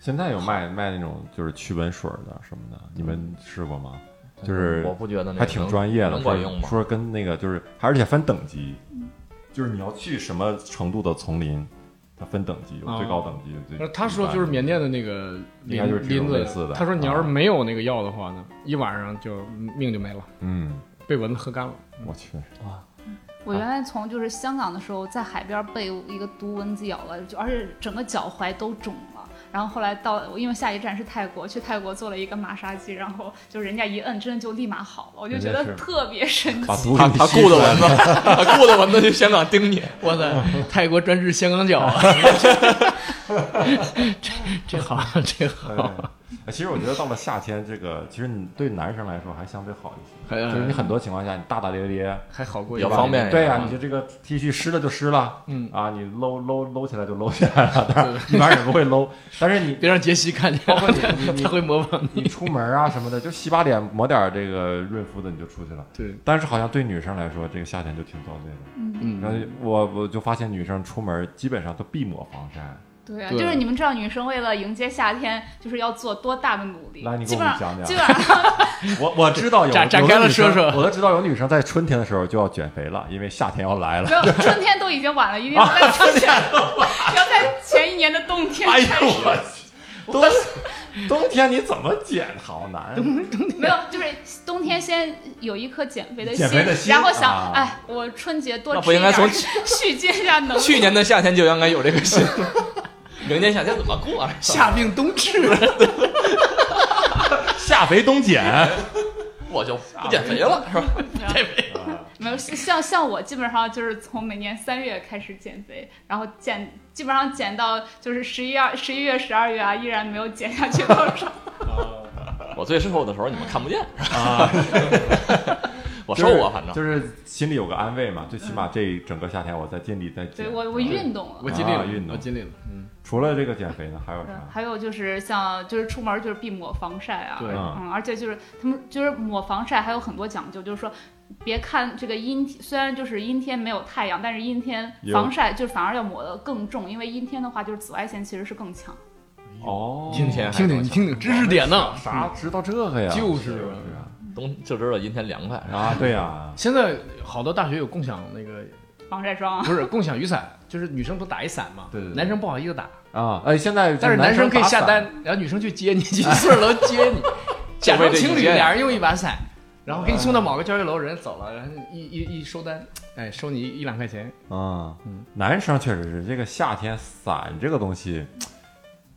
Speaker 1: 现在有卖卖那种就是驱蚊水的什么的，你们试过吗？就是
Speaker 4: 嗯我不觉得那
Speaker 1: 还挺
Speaker 4: 能
Speaker 1: 专业的，
Speaker 4: 能管用吗？
Speaker 1: 说跟那个就是，而且分等级，就是你要去什么程度的丛林，它分等级，有最高等级。有最
Speaker 3: 哦他说就是缅甸的那个
Speaker 1: 应该
Speaker 3: 林
Speaker 1: 就是这种
Speaker 3: 林
Speaker 1: 类似
Speaker 3: 子
Speaker 1: 的，
Speaker 3: 他说你要是没有那个药的话呢，一晚上就命就没了，
Speaker 1: 嗯，
Speaker 3: 被蚊子喝干了。
Speaker 1: 我去，
Speaker 2: 我原来从就是香港的时候，在海边被一个毒蚊子咬了，就而且整个脚踝都肿了。然后后来到我因为下一站是泰国，去泰国做了一个马杀鸡，然后就人家一摁，真的就立马好了，我就
Speaker 1: 人
Speaker 2: 觉
Speaker 1: 家
Speaker 2: 得
Speaker 1: 是
Speaker 2: 特别神奇。
Speaker 1: 把毒
Speaker 4: 他
Speaker 1: 给你
Speaker 4: 他
Speaker 1: 吸
Speaker 4: 雇的
Speaker 1: 出来
Speaker 4: 蚊子， 他雇的蚊子去香港盯你，
Speaker 3: 我在 泰国专治香港 脚，这这好这好，
Speaker 1: 了。 哎其实我觉得到了夏天，这个其实你对男生来说还相对好一些，
Speaker 3: 还
Speaker 1: 就是你很多情况下你大大咧咧，
Speaker 3: 还好过
Speaker 4: 嗯比
Speaker 3: 一
Speaker 4: 较
Speaker 1: 对吧
Speaker 3: 点
Speaker 4: 方便
Speaker 1: 你对呀、
Speaker 4: 一点嗯
Speaker 1: 你就这个 T 恤湿了就湿了，
Speaker 3: 嗯
Speaker 1: 啊，你搂搂搂起来就搂起来了， 当然一般人不会搂，但是你
Speaker 3: 别让杰西看见，
Speaker 1: 包括你你你
Speaker 3: 他会模仿。
Speaker 1: 你出门啊什么的，就洗把脸抹点这个润肤的你就出去了。
Speaker 3: 对，
Speaker 1: 但是好像对女生来说，这个夏天就挺遭罪的。然
Speaker 3: 嗯，
Speaker 1: 后我我就发现女生出门基本上都必抹防晒。
Speaker 2: 对啊，
Speaker 3: 对
Speaker 2: 就是你们知道女生为了迎接夏天，就是要做多大的努力？
Speaker 1: 来你给
Speaker 2: 基
Speaker 1: 我
Speaker 2: 本
Speaker 1: 们
Speaker 2: 上
Speaker 1: 讲讲
Speaker 2: 基本上
Speaker 1: 我我知道有
Speaker 3: 展展
Speaker 1: 有的
Speaker 3: 开了
Speaker 1: 女生
Speaker 3: 说说
Speaker 1: 我都知道有女生在春天的时候就要减肥了，因为夏天要来了。
Speaker 2: 没有春天都已经晚了，一定要在春天，要在前一年的冬天
Speaker 1: 哎
Speaker 2: 开
Speaker 1: 呦
Speaker 2: 始。
Speaker 1: 我去，冬冬天你怎么减？好难。
Speaker 2: 没有，就是冬天先有一颗减肥的
Speaker 1: 减肥的心
Speaker 2: 然后想，
Speaker 1: 啊
Speaker 2: 哎，我春节多
Speaker 4: 那
Speaker 2: 吃
Speaker 4: 不应该
Speaker 2: 一点儿
Speaker 4: 从
Speaker 2: 蓄积一下能量。
Speaker 4: 去年的夏天就应该有这个心，迎接夏天怎么过？
Speaker 3: 夏病冬治，
Speaker 1: 夏肥冬减，
Speaker 4: 我就不减肥了，是吧？
Speaker 2: 没有像像我基本上就是从每年三月开始减肥，然后减基本上减到就是十一二十一月十二月啊，依然没有减下去多 少。
Speaker 4: 我最瘦的时候你们看不见，
Speaker 1: 啊，
Speaker 4: 我瘦啊，反正
Speaker 1: 就是心里有个安慰嘛，最起码这整个夏天我在尽力在减。
Speaker 2: 嗯对我我
Speaker 1: 啊
Speaker 2: 运动了，
Speaker 3: 我尽力
Speaker 1: 啊运
Speaker 3: 了，
Speaker 1: 动
Speaker 3: 我尽力了。嗯，
Speaker 1: 除了这个减肥呢，还有
Speaker 2: 对
Speaker 1: 啥？
Speaker 2: 还有就是像就是出门就是必抹防晒啊，
Speaker 3: 对
Speaker 2: 嗯，而且就是他们就是抹防晒还有很多讲究，就是说别看这个阴天，虽然就是阴天没有太阳，但是阴天
Speaker 1: 也有
Speaker 2: 防晒就反而要抹得更重，因为阴天的话就是紫外线其实是更强。
Speaker 1: 哦，
Speaker 4: 阴天还
Speaker 3: 听听你听听，知识点呢？
Speaker 1: 啥知道这个呀？
Speaker 3: 就是
Speaker 1: 是
Speaker 3: 啊
Speaker 1: 啊
Speaker 4: 冬就知道阴天凉快，是吧
Speaker 1: 啊，对呀，
Speaker 3: 现在好多大学有共享那 个，
Speaker 2: 防晒霜 啊，
Speaker 3: 不是共享雨伞，就是女生不打一伞嘛，
Speaker 1: 对对对
Speaker 3: 男生不好意思打，
Speaker 1: 啊，哎，现在
Speaker 3: 但是
Speaker 1: 男
Speaker 3: 男生可以
Speaker 1: 打伞
Speaker 3: 下，单，然后女生去接你， 去宿舍楼接你，假装情侣，俩人用一把伞，然后给你
Speaker 1: 啊
Speaker 3: 送到某个教学楼，人走了，然后一一一收单，哎，收你一两块钱，
Speaker 1: 啊
Speaker 3: 嗯，
Speaker 1: 男生确实是这个夏天伞这个东西，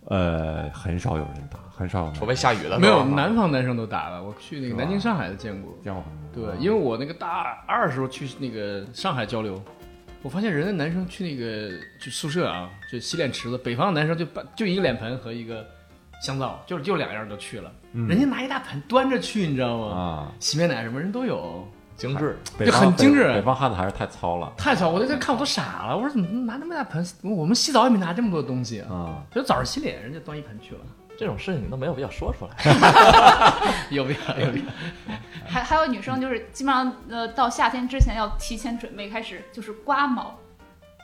Speaker 1: 呃，很少有人打，很少有人打，
Speaker 4: 除非下雨了。
Speaker 3: 没有，
Speaker 4: 是吧
Speaker 3: 南方男生都打了，我去那
Speaker 1: 是
Speaker 3: 个
Speaker 1: 吧啊
Speaker 3: 南京、上海的见过，
Speaker 1: 见过很
Speaker 3: 对
Speaker 1: 多。，
Speaker 3: 因为我那个大二时候去那个上海交流。我发现人家男生去那个就宿舍啊，就洗脸池子，北方的男生就把就一个脸盆和一个香皂，就就两样就去了。
Speaker 1: 嗯
Speaker 3: 人家拿一大盆端着去，你知道吗？
Speaker 1: 啊，
Speaker 3: 洗面奶什么人都有，
Speaker 4: 精致，
Speaker 1: 北方
Speaker 3: 嗯很精致
Speaker 1: 北北方汉子还是太糙了
Speaker 3: 太巧，我在这看我都傻了，我说怎么拿那么大盆？我们洗澡也没拿这么多东西啊，
Speaker 1: 啊。
Speaker 3: 就早上洗脸人家端一 盆去了，
Speaker 4: 这种事情你都没有必要说出来。
Speaker 3: 有必要有必要。
Speaker 2: 还还有女生就是基本上呃到夏天之前要提前准备开始就是刮毛，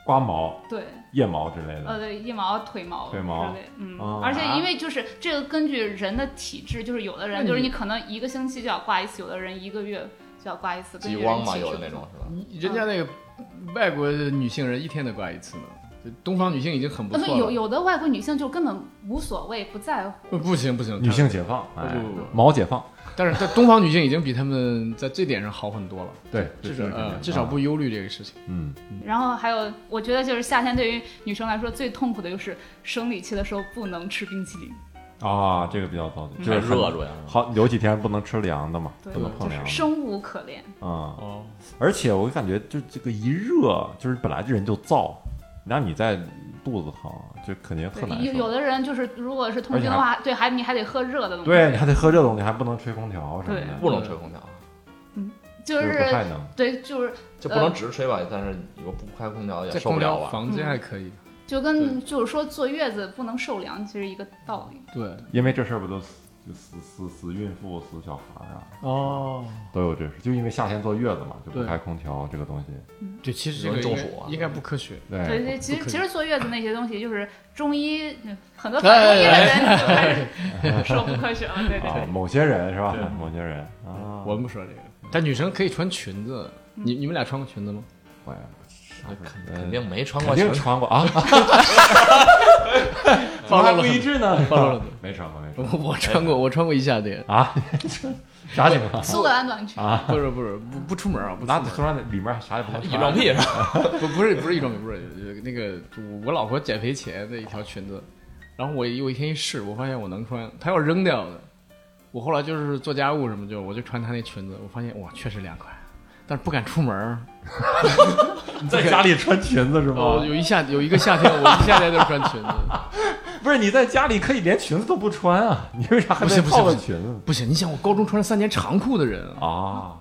Speaker 1: 刮毛、
Speaker 2: 对，
Speaker 1: 腋毛之类的。
Speaker 2: 呃腋毛、腿毛
Speaker 1: 腿毛
Speaker 2: 之类，嗯，
Speaker 1: 哦
Speaker 2: 而且
Speaker 4: 啊
Speaker 2: 因为就是这个根据人的体质，就是有的
Speaker 3: 那
Speaker 2: 人
Speaker 3: 你
Speaker 2: 就是你可能一个星期就要刮一次，有的人一个月就要刮一次，根
Speaker 4: 极
Speaker 2: 据
Speaker 4: 光
Speaker 2: 人
Speaker 4: 嘛，
Speaker 2: 体质
Speaker 4: 有的
Speaker 2: 不
Speaker 4: 那
Speaker 2: 同
Speaker 4: 种。是吧？
Speaker 3: 人家那个外国女性人一天都刮一次呢，就东方女性已经很不
Speaker 2: 呃不
Speaker 3: 错
Speaker 2: 有
Speaker 3: 了。
Speaker 2: 有的外国女性就根本无所谓，不在乎。
Speaker 3: 不不行不行，
Speaker 1: 女性解放，
Speaker 3: 不
Speaker 1: 哎
Speaker 3: 呃不不不
Speaker 1: 毛解放，
Speaker 3: 但是在东方女性已经比她们在这点上好很多了，
Speaker 1: 对，这
Speaker 3: 至少
Speaker 1: 是肯
Speaker 3: 呃
Speaker 1: 定
Speaker 3: 至少
Speaker 1: 啊
Speaker 3: 不忧虑这个事情。
Speaker 1: 嗯，
Speaker 2: 然后还有，我觉得就是夏天对于女生来说最痛苦的就是生理期的时候不能吃冰淇淋，
Speaker 1: 啊，这个比较糟
Speaker 3: 嗯
Speaker 1: 心，就是
Speaker 4: 还
Speaker 1: 很嗯
Speaker 4: 热住呀。是吧
Speaker 1: 好有几天不能吃凉的嘛，
Speaker 2: 对，
Speaker 1: 不能碰
Speaker 2: 就
Speaker 1: 凉
Speaker 2: 是
Speaker 1: 的
Speaker 2: 生无可恋。
Speaker 1: 啊、
Speaker 3: 哦，
Speaker 1: 而且我感觉就这个一热，就是本来这人就燥，让你再肚子疼，就肯定
Speaker 2: 对
Speaker 1: 很难，
Speaker 2: 有有
Speaker 1: 受。
Speaker 2: 的人就是如果是
Speaker 1: 而
Speaker 2: 痛
Speaker 1: 且
Speaker 2: 经的话，对，还你还得喝热的东西，
Speaker 1: 对，你还得喝这东西，还不能吹空调什么
Speaker 2: 对
Speaker 1: 的，
Speaker 4: 不能吹空调，啊
Speaker 2: 就
Speaker 1: 就是不太
Speaker 2: 是
Speaker 1: 能。
Speaker 2: 对，就是
Speaker 4: 就不能直吹吧？但是你又不开空调也
Speaker 3: 在
Speaker 4: 受不
Speaker 3: 公
Speaker 4: 了啊
Speaker 3: 交
Speaker 4: 吧？
Speaker 3: 房间还可以，
Speaker 2: 就跟就是说坐月子不能受凉，其实一个道理。
Speaker 3: 对
Speaker 1: 因为这事儿不都死死死死孕妇、死小孩儿啊，
Speaker 3: 哦，
Speaker 1: 都有这事，就因为夏天坐月子嘛，就不
Speaker 3: 对
Speaker 1: 开空调这个东西。
Speaker 3: 对，其实这个
Speaker 4: 有人中
Speaker 3: 应
Speaker 4: 暑啊
Speaker 3: 该应该不科学。
Speaker 2: 对
Speaker 1: 对，
Speaker 2: 对，其
Speaker 3: 哎
Speaker 2: 实
Speaker 3: 不可以
Speaker 2: 其实坐月子那些东西，就是中医嗯很多
Speaker 3: 哎
Speaker 2: 反中医的人就开始 说不科学了，对对
Speaker 1: 啊，
Speaker 2: 对。
Speaker 1: 某些人是吧
Speaker 3: 对？
Speaker 1: 某些人啊，
Speaker 3: 我们不说这个，但女生可以穿裙子，
Speaker 2: 嗯
Speaker 3: 你你们俩穿过裙子吗？
Speaker 1: 我也
Speaker 4: 那肯
Speaker 1: 呃
Speaker 4: 肯定没穿
Speaker 1: 肯
Speaker 4: 过裙
Speaker 1: 定
Speaker 4: 子，
Speaker 1: 穿过 啊，嗯
Speaker 3: 暴露了
Speaker 1: 致呢
Speaker 3: 暴露了
Speaker 1: 没穿过，没穿
Speaker 3: 我我穿过，我穿过一夏天。
Speaker 1: 过啊，啥情 况
Speaker 2: 苏格兰短裙，
Speaker 1: 啊？
Speaker 3: 不是不是不不出门啊，不出
Speaker 1: 那
Speaker 3: 门
Speaker 1: 突然里面啥也不能
Speaker 4: 异
Speaker 1: 穿
Speaker 4: 装癖是吧？
Speaker 3: 不不是不是一种不是呃那个我老婆减肥前的一条裙子，然后我有一天一试，我发现我能穿，她要扔掉的。我后来就是做家务什么就我就穿她那裙子，我发现哇确实凉快，但是不敢出门儿。
Speaker 1: 你在家里穿裙子是吗
Speaker 3: 哦，？有一夏有一个夏天我一夏天都是穿裙子，
Speaker 1: 不是，你在家里可以连裙子都不穿啊，你为啥还
Speaker 3: 不
Speaker 1: 得
Speaker 3: 行不行
Speaker 1: 套个
Speaker 3: 不行
Speaker 1: 裙子
Speaker 3: 不行，你想我高中穿了三年长裤的人，嗯
Speaker 1: 啊？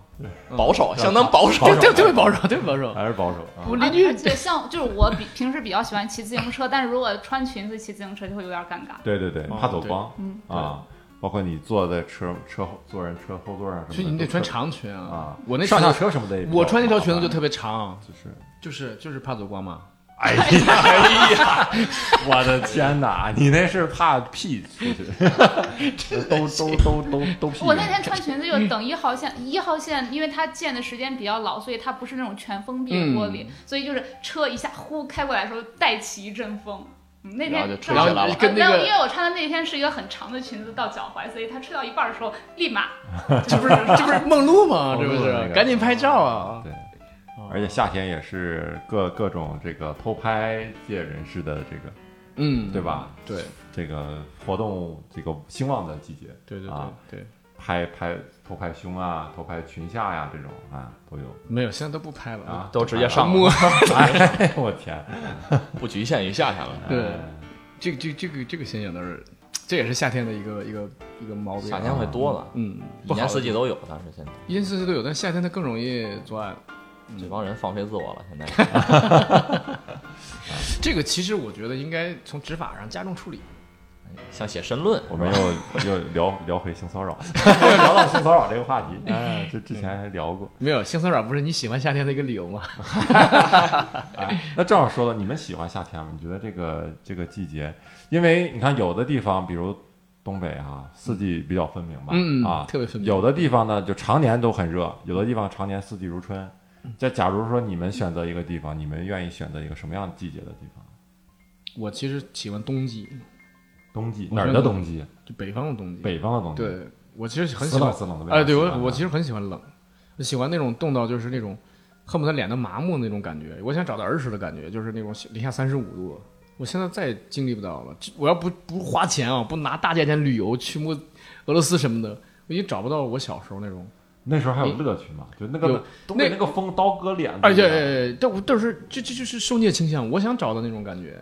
Speaker 4: 保守，相当保守嗯
Speaker 3: 对。对对，保守对保 守，
Speaker 1: 还是保守啊？
Speaker 3: 我
Speaker 2: 而
Speaker 3: 邻居
Speaker 2: 而且呃像就是我比平时比较喜欢骑自行车，但是如果穿裙子骑自行车就会有点尴尬。
Speaker 1: 对对对，
Speaker 3: 哦
Speaker 1: 怕走光
Speaker 2: 嗯
Speaker 1: 啊，包括你坐在车车后坐人车后座上什么的，
Speaker 3: 所以你得
Speaker 1: 都
Speaker 3: 穿
Speaker 1: 特
Speaker 3: 长裙啊
Speaker 1: 啊。。
Speaker 3: 我那
Speaker 1: 上下
Speaker 3: 裙子
Speaker 1: 车什么的也比较麻烦，啊
Speaker 3: 我穿那条裙子就特别长，
Speaker 1: 就是
Speaker 3: 就是就是怕走光嘛。
Speaker 1: 哎呀，哎 呀，我的天哪！你那是怕屁出去， 都都都都都屁。
Speaker 2: 我那天穿裙子
Speaker 3: 嗯
Speaker 2: 就等一号线，一号线因为它建的时间比较老，所以它不是那种全封闭的
Speaker 3: 嗯
Speaker 2: 玻璃，所以就是车一下呼开过来的时候带起一阵风。嗯那
Speaker 4: 然后
Speaker 2: 天
Speaker 4: 就吹
Speaker 2: 正好
Speaker 4: 起来了
Speaker 2: 呃
Speaker 3: 跟那
Speaker 2: 没有
Speaker 3: 个
Speaker 2: 因为我穿的那天是一个很长的裙子到脚踝，所以它吹到一半的时候立马
Speaker 1: 啊
Speaker 2: 就不是
Speaker 3: 这不是梦露吗？这不
Speaker 1: 梦露那
Speaker 3: 是
Speaker 1: 个，
Speaker 3: 赶紧拍照啊！
Speaker 1: 对，而且夏天也是各各种这个偷拍界人士的这个
Speaker 3: 嗯，
Speaker 1: 对？吧？
Speaker 3: 对
Speaker 1: 这个活动这个兴旺的季节，
Speaker 3: 对对对
Speaker 1: 啊
Speaker 3: 对，
Speaker 1: 拍拍偷拍胸啊，偷拍裙下呀、这种啊都有
Speaker 3: 没有，现在都不拍了
Speaker 1: 啊，
Speaker 4: 都直接上
Speaker 3: 摸
Speaker 4: 了，
Speaker 1: 哎， 我天，哎
Speaker 4: 不局限于夏天了。
Speaker 3: 对，这个这个这个这个现象倒是，这也是夏天的一个一个一个毛病。啊
Speaker 4: 夏天会多了，
Speaker 3: 嗯，
Speaker 4: 一
Speaker 3: 不好
Speaker 4: 年四季都有。但是现在
Speaker 3: 一年四季都有，但夏天它更容易作案。
Speaker 1: 嗯
Speaker 4: 这帮人放飞自我了，现 在
Speaker 3: 这个其实我觉得应该从执法上加重处理。
Speaker 4: 像写申论，
Speaker 1: 我们又又聊聊回性骚扰， 又聊到性骚扰这个话题，哎，这之前还聊过。
Speaker 3: 没有性骚扰不是你喜欢夏天的一个理由吗？
Speaker 1: 那正好说了，你们喜欢夏天吗？你觉得这个这个季节，因为你看有的地方，比如东北啊，四季比较分明吧，
Speaker 3: 嗯
Speaker 1: 啊，
Speaker 3: 特别分明
Speaker 1: 有的地方呢，就常年都很热，有的地方常年四季如春。这假如说你们选择一个地方，你们愿意选择一个什么样季节的地方？
Speaker 3: 我其实喜欢冬季，
Speaker 1: 冬季
Speaker 3: 我
Speaker 1: 哪儿
Speaker 3: 觉
Speaker 1: 的
Speaker 3: 得
Speaker 1: 冬季？
Speaker 3: 就北方的冬季。
Speaker 1: 北方的冬季。，
Speaker 3: 对我其实很喜
Speaker 1: 死
Speaker 3: 欢
Speaker 1: 冷死冷的味道。
Speaker 3: 哎，对
Speaker 1: 是吧
Speaker 3: 我我其实很喜欢冷，我喜欢那种冻到就是那种恨不得脸都麻木那种感觉。我想找到儿时的感觉，就是那种零下三十五度。我现在再也经历不到了。这我要不不花钱啊，不拿大价钱旅游去摸俄罗斯什么的，我已经找不到我小时候那种。
Speaker 1: 那时候还有乐趣嘛，就那
Speaker 3: 哎有
Speaker 1: 个东北
Speaker 3: 那哎
Speaker 1: 那个风刀割脸，
Speaker 3: 而且，但我但是这这就是受虐倾向，我想找到那种 感觉。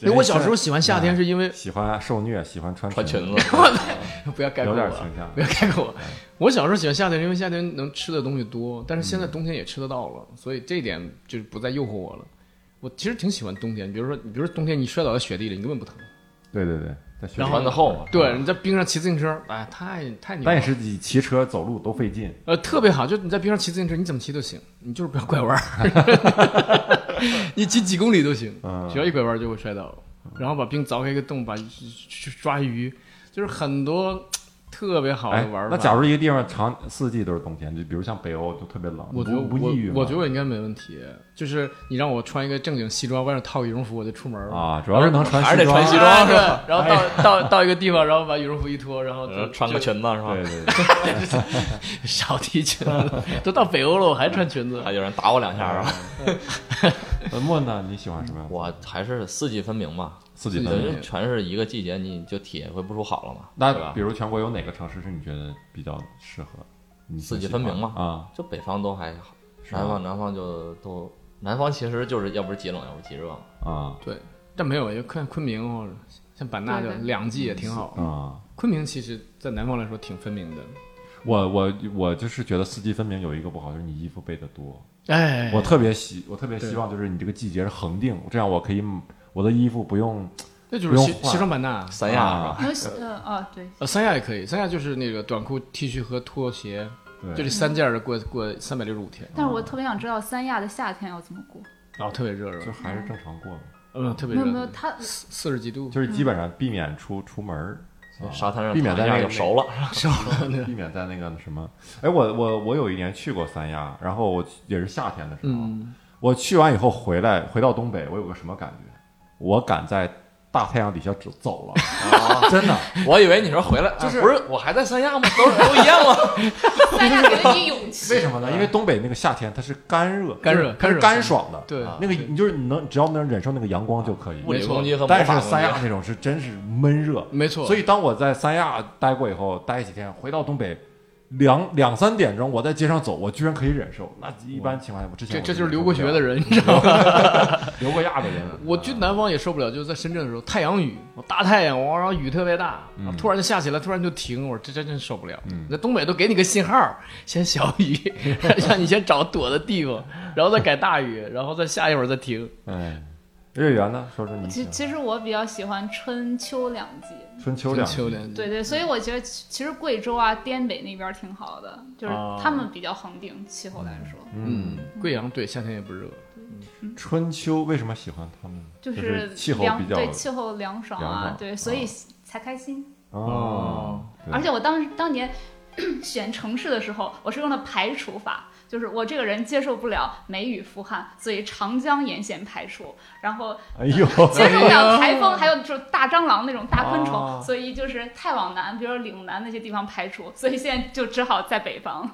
Speaker 3: 因为我小时候喜欢夏天，是因为
Speaker 1: 喜欢受虐，喜欢穿
Speaker 4: 穿裙
Speaker 1: 子，
Speaker 4: 子，
Speaker 3: 不要概括
Speaker 1: 有点
Speaker 3: 我啊
Speaker 1: 倾向
Speaker 3: 不。要开
Speaker 1: 嗯
Speaker 3: 口。我小时候喜欢夏天，因为夏天能吃的东西多，但是
Speaker 1: 嗯
Speaker 3: 现在冬天也吃得到了，所以这一点就是不再诱惑我了。我其实挺喜欢冬天，比如说，比如说冬天你摔倒在雪地里，你根本不疼。
Speaker 1: 对对对，在雪地
Speaker 4: 然后穿的厚嘛。
Speaker 3: 对，你在冰上骑自行车，哎，太太牛
Speaker 1: 但也
Speaker 3: 了。
Speaker 1: 是你骑车走路都费劲。
Speaker 3: 呃，特别好，就你在冰上骑自行车，你怎么骑都行，你就是不要拐弯儿， 你骑几公里都行，
Speaker 1: 嗯
Speaker 3: 只要一拐弯儿就会摔倒，然后把冰凿开一个洞，把去抓鱼，就是很多特别好的
Speaker 1: 哎
Speaker 3: 玩儿，法。
Speaker 1: 那假如一个地方长四季都是冬天，就比如像北欧就特别
Speaker 4: 啊
Speaker 1: 冷，
Speaker 3: 我觉得
Speaker 1: 不不抑郁吗
Speaker 3: 我我觉得我应该没问题。就是你让我穿一个正经西装，外面套个羽绒服，我就出门了。
Speaker 1: 啊，主要是能穿
Speaker 4: 还是得
Speaker 1: 装
Speaker 4: 穿西
Speaker 3: 啊
Speaker 4: 装是
Speaker 3: 对
Speaker 4: 吧？哎
Speaker 3: 然后到、到到一个地方，然后把羽绒服一脱，然后就
Speaker 4: 呃穿个
Speaker 3: 就
Speaker 4: 裙子是吧
Speaker 1: 对？对 对，
Speaker 3: 少提裙子，都到北欧了，我还穿裙子
Speaker 4: 还。有人打我两下是吧？
Speaker 1: 文墨呢？你喜欢什么样？
Speaker 4: 我还是四季分明吧，
Speaker 1: 四季
Speaker 4: 等
Speaker 1: 分
Speaker 4: 于
Speaker 1: 明。
Speaker 4: 全是一个季节，你就体会不出好了嘛。对
Speaker 1: 那
Speaker 4: 吧
Speaker 1: 比？如全国有哪个城市是你觉得比较适合？你
Speaker 4: 四季分明嘛
Speaker 1: 啊，
Speaker 4: 就北方都还好，
Speaker 1: 是吧
Speaker 4: 南方南方就都南方其实就是要不是极冷，要不是极热嘛。
Speaker 1: 啊
Speaker 3: 对，但没有，也看昆明或者像版纳，就
Speaker 2: 对对
Speaker 3: 两季也挺好。
Speaker 1: 啊！
Speaker 3: 昆明其实，在南方来说挺分明的。
Speaker 1: 我我我就是觉得四季分明有一个不好，就是你衣服备的多。
Speaker 3: 哎，
Speaker 1: 我特别希我特别
Speaker 3: 对
Speaker 1: 希望就是你这个季节是恒定，这样我可以我的衣服不用
Speaker 3: 那就
Speaker 1: 不
Speaker 3: 是
Speaker 1: 用
Speaker 3: 西
Speaker 1: 换
Speaker 3: 西双版
Speaker 1: 啊
Speaker 3: 纳，
Speaker 4: 三亚是吧？
Speaker 2: 你们喜呃啊对，
Speaker 3: 呃，三亚也可以。三亚就是那个短裤、T 恤和拖鞋，
Speaker 1: 对
Speaker 3: 就这三件儿过过三百六十五天，
Speaker 2: 但是我特别想知道三亚的夏天要怎么过。
Speaker 3: 然后特别热热
Speaker 1: 就，还是正常过的，
Speaker 3: 嗯，特别
Speaker 2: 没
Speaker 3: 热
Speaker 2: 有没有，
Speaker 3: 热，
Speaker 2: 他
Speaker 3: 四四十几度。
Speaker 1: 就是基本上避免出出门儿，啊
Speaker 4: 沙滩上
Speaker 1: 避免在
Speaker 4: 躺一下
Speaker 1: 那
Speaker 4: 就
Speaker 1: 个
Speaker 4: 熟了，
Speaker 3: 少了 呢。
Speaker 1: 避免在那个什么，哎，我我我有一年去过三亚，然后我去也是夏天的时候，
Speaker 3: 嗯，
Speaker 1: 我去完以后回来，回到东北，我有个什么感觉？我敢在大太阳底下走走了，真 的，
Speaker 4: 我以为你说回来，
Speaker 1: 就是
Speaker 4: 啊不是我还在三亚吗？都都一样吗？
Speaker 2: 三亚给了你勇
Speaker 1: 为
Speaker 2: 气，
Speaker 1: 什么呢？因为东北那个夏天它是干热，
Speaker 3: 干热
Speaker 1: 就是它是
Speaker 3: 干热
Speaker 1: 干爽的，
Speaker 3: 啊对
Speaker 1: 那个你就是你能只要能忍受那个阳光就可以。
Speaker 4: 物理攻击和魔
Speaker 1: 但
Speaker 4: 法
Speaker 1: 是
Speaker 4: 攻
Speaker 1: 三
Speaker 4: 击
Speaker 1: 亚那种是真是闷热，
Speaker 3: 没错。
Speaker 1: 所以当我在三亚待过以后，待几天，回到东北。两两三点钟，我在街上走，我居然可以忍受。那一般情况下，我之前
Speaker 3: 这
Speaker 1: 我
Speaker 3: 这就是
Speaker 1: 忍
Speaker 3: 留
Speaker 1: 受
Speaker 3: 过
Speaker 1: 不
Speaker 3: 学
Speaker 1: 了
Speaker 3: 的人，你知道吗？
Speaker 1: 留过亚的人，
Speaker 3: 我去南方也受不了，就是在深圳的时候，太阳雨，大太阳，哇，然后雨特别大，
Speaker 1: 嗯
Speaker 3: 然后突然就下起来，突然就停，我说这真真受不了。那东北都给你个信号，先小 雨，让你先找躲的地方，然后再改大雨，然后再下一会儿再停。
Speaker 1: 哎，月圆呢？说说你
Speaker 2: 其
Speaker 1: 喜
Speaker 2: 实
Speaker 1: 欢
Speaker 2: 其实我比较喜欢春秋两季，
Speaker 1: 春秋两
Speaker 3: 秋天，嗯
Speaker 1: 嗯
Speaker 2: 对对，所以我觉得其其实贵州啊、滇北那边儿挺好的，就是
Speaker 3: 啊
Speaker 2: 他们比较恒定，气候来说，
Speaker 3: 嗯，贵阳对夏天也不热，
Speaker 1: 春秋为什么喜欢他们？
Speaker 2: 就
Speaker 1: 就是气候
Speaker 2: 凉
Speaker 1: 比较
Speaker 2: 对气候凉爽
Speaker 1: 凉
Speaker 2: 啊
Speaker 1: 爽，
Speaker 2: 对，所以
Speaker 1: 啊
Speaker 2: 才开心。
Speaker 1: 哦，对
Speaker 2: 而且我当时当年选城市的时候，我是用的排除法，就是我这个人接受不了梅雨伏旱，所以长江沿线排除，然后
Speaker 1: 哎 呦，
Speaker 2: 接受不了台风，还有就是大蟑螂那种大昆虫，
Speaker 1: 啊
Speaker 2: 所以就是太往南，比如说岭南那些地方排除，所以现在就只好在北方。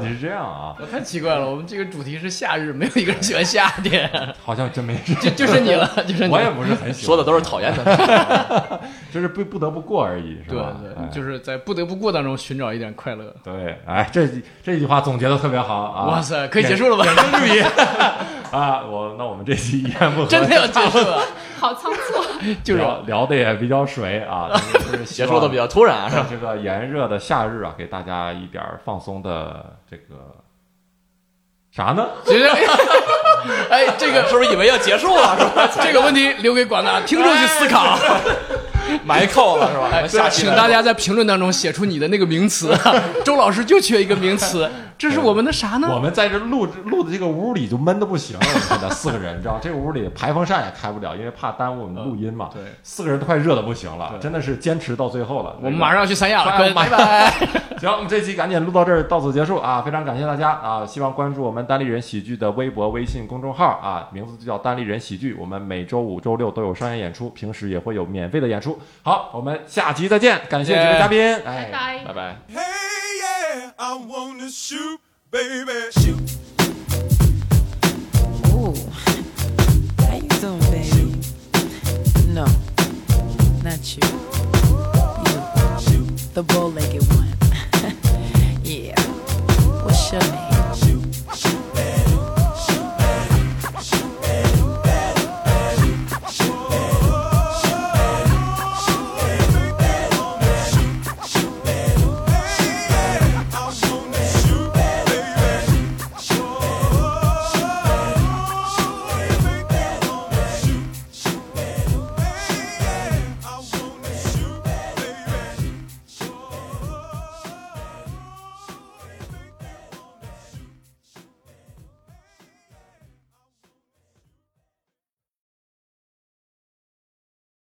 Speaker 1: 你是这样啊？
Speaker 3: 哦我太奇怪了，我们这个主题是夏日，没有一个人喜欢夏天，
Speaker 1: 好像真没 事，
Speaker 3: 就就是你了，就是你
Speaker 1: 我也不是很喜欢，
Speaker 4: 说的都是讨厌的。
Speaker 1: 只是不不得不过而已，是
Speaker 3: 对
Speaker 1: 吧？
Speaker 3: 对，
Speaker 1: 哎
Speaker 3: 就是在不得不过当中寻找一点快乐。
Speaker 1: 对，哎，这这句话总结的特别好啊！
Speaker 3: 哇塞，可以结束了吧？
Speaker 1: 绿茵 啊！我那我们这期一言不合，
Speaker 3: 真的要结束 了，
Speaker 2: 好仓促，
Speaker 3: 就是
Speaker 1: 聊聊的也比较水 啊，就是
Speaker 4: 结束的比较突然啊，是
Speaker 1: 在
Speaker 4: 吧？
Speaker 1: 这个炎热的夏日啊，给大家一点儿放松的这个啥呢？
Speaker 3: 其实， 哎，这个
Speaker 4: 是不是以为要结束了，是吧？
Speaker 3: 这个问题留给广大听众去思 考。
Speaker 4: 埋扣了，是吧？我
Speaker 3: 哎，
Speaker 4: 们下期
Speaker 3: 请
Speaker 4: 再
Speaker 3: 大家在评论当中写出你的那个 名词。周老师就缺一个名词，这是我们的啥
Speaker 1: 我
Speaker 3: 呢？
Speaker 1: 们在这录录的这个屋里就闷的不行了，我们现在四个人，你知道这个屋里排风扇也开不了，因为怕耽误我们录音嘛。
Speaker 3: 嗯对
Speaker 1: 四个人都快热的不行了，
Speaker 3: 对
Speaker 1: 真的是坚持到最后了。
Speaker 3: 我们马上要去三亚了，
Speaker 1: 哎
Speaker 3: 各
Speaker 1: 我
Speaker 3: 位
Speaker 1: 马
Speaker 3: 拜拜。
Speaker 1: 行，我们这期赶紧录到这儿，到此结束啊！非常感谢大家啊！希望关注我们单立人喜剧的微博、微信公众号啊，名字就叫单立人喜剧。我们每周五、周六都有商业演出，平时也会有免费的演出。好，我们下期再见！感谢几位嘉宾，哎。
Speaker 2: 拜拜。
Speaker 4: 拜拜。
Speaker 5: Hey, yeah, I wanna shoot, baby, shoot,
Speaker 6: Ooh. How you doing, baby? No, not you. You, the bow-legged one.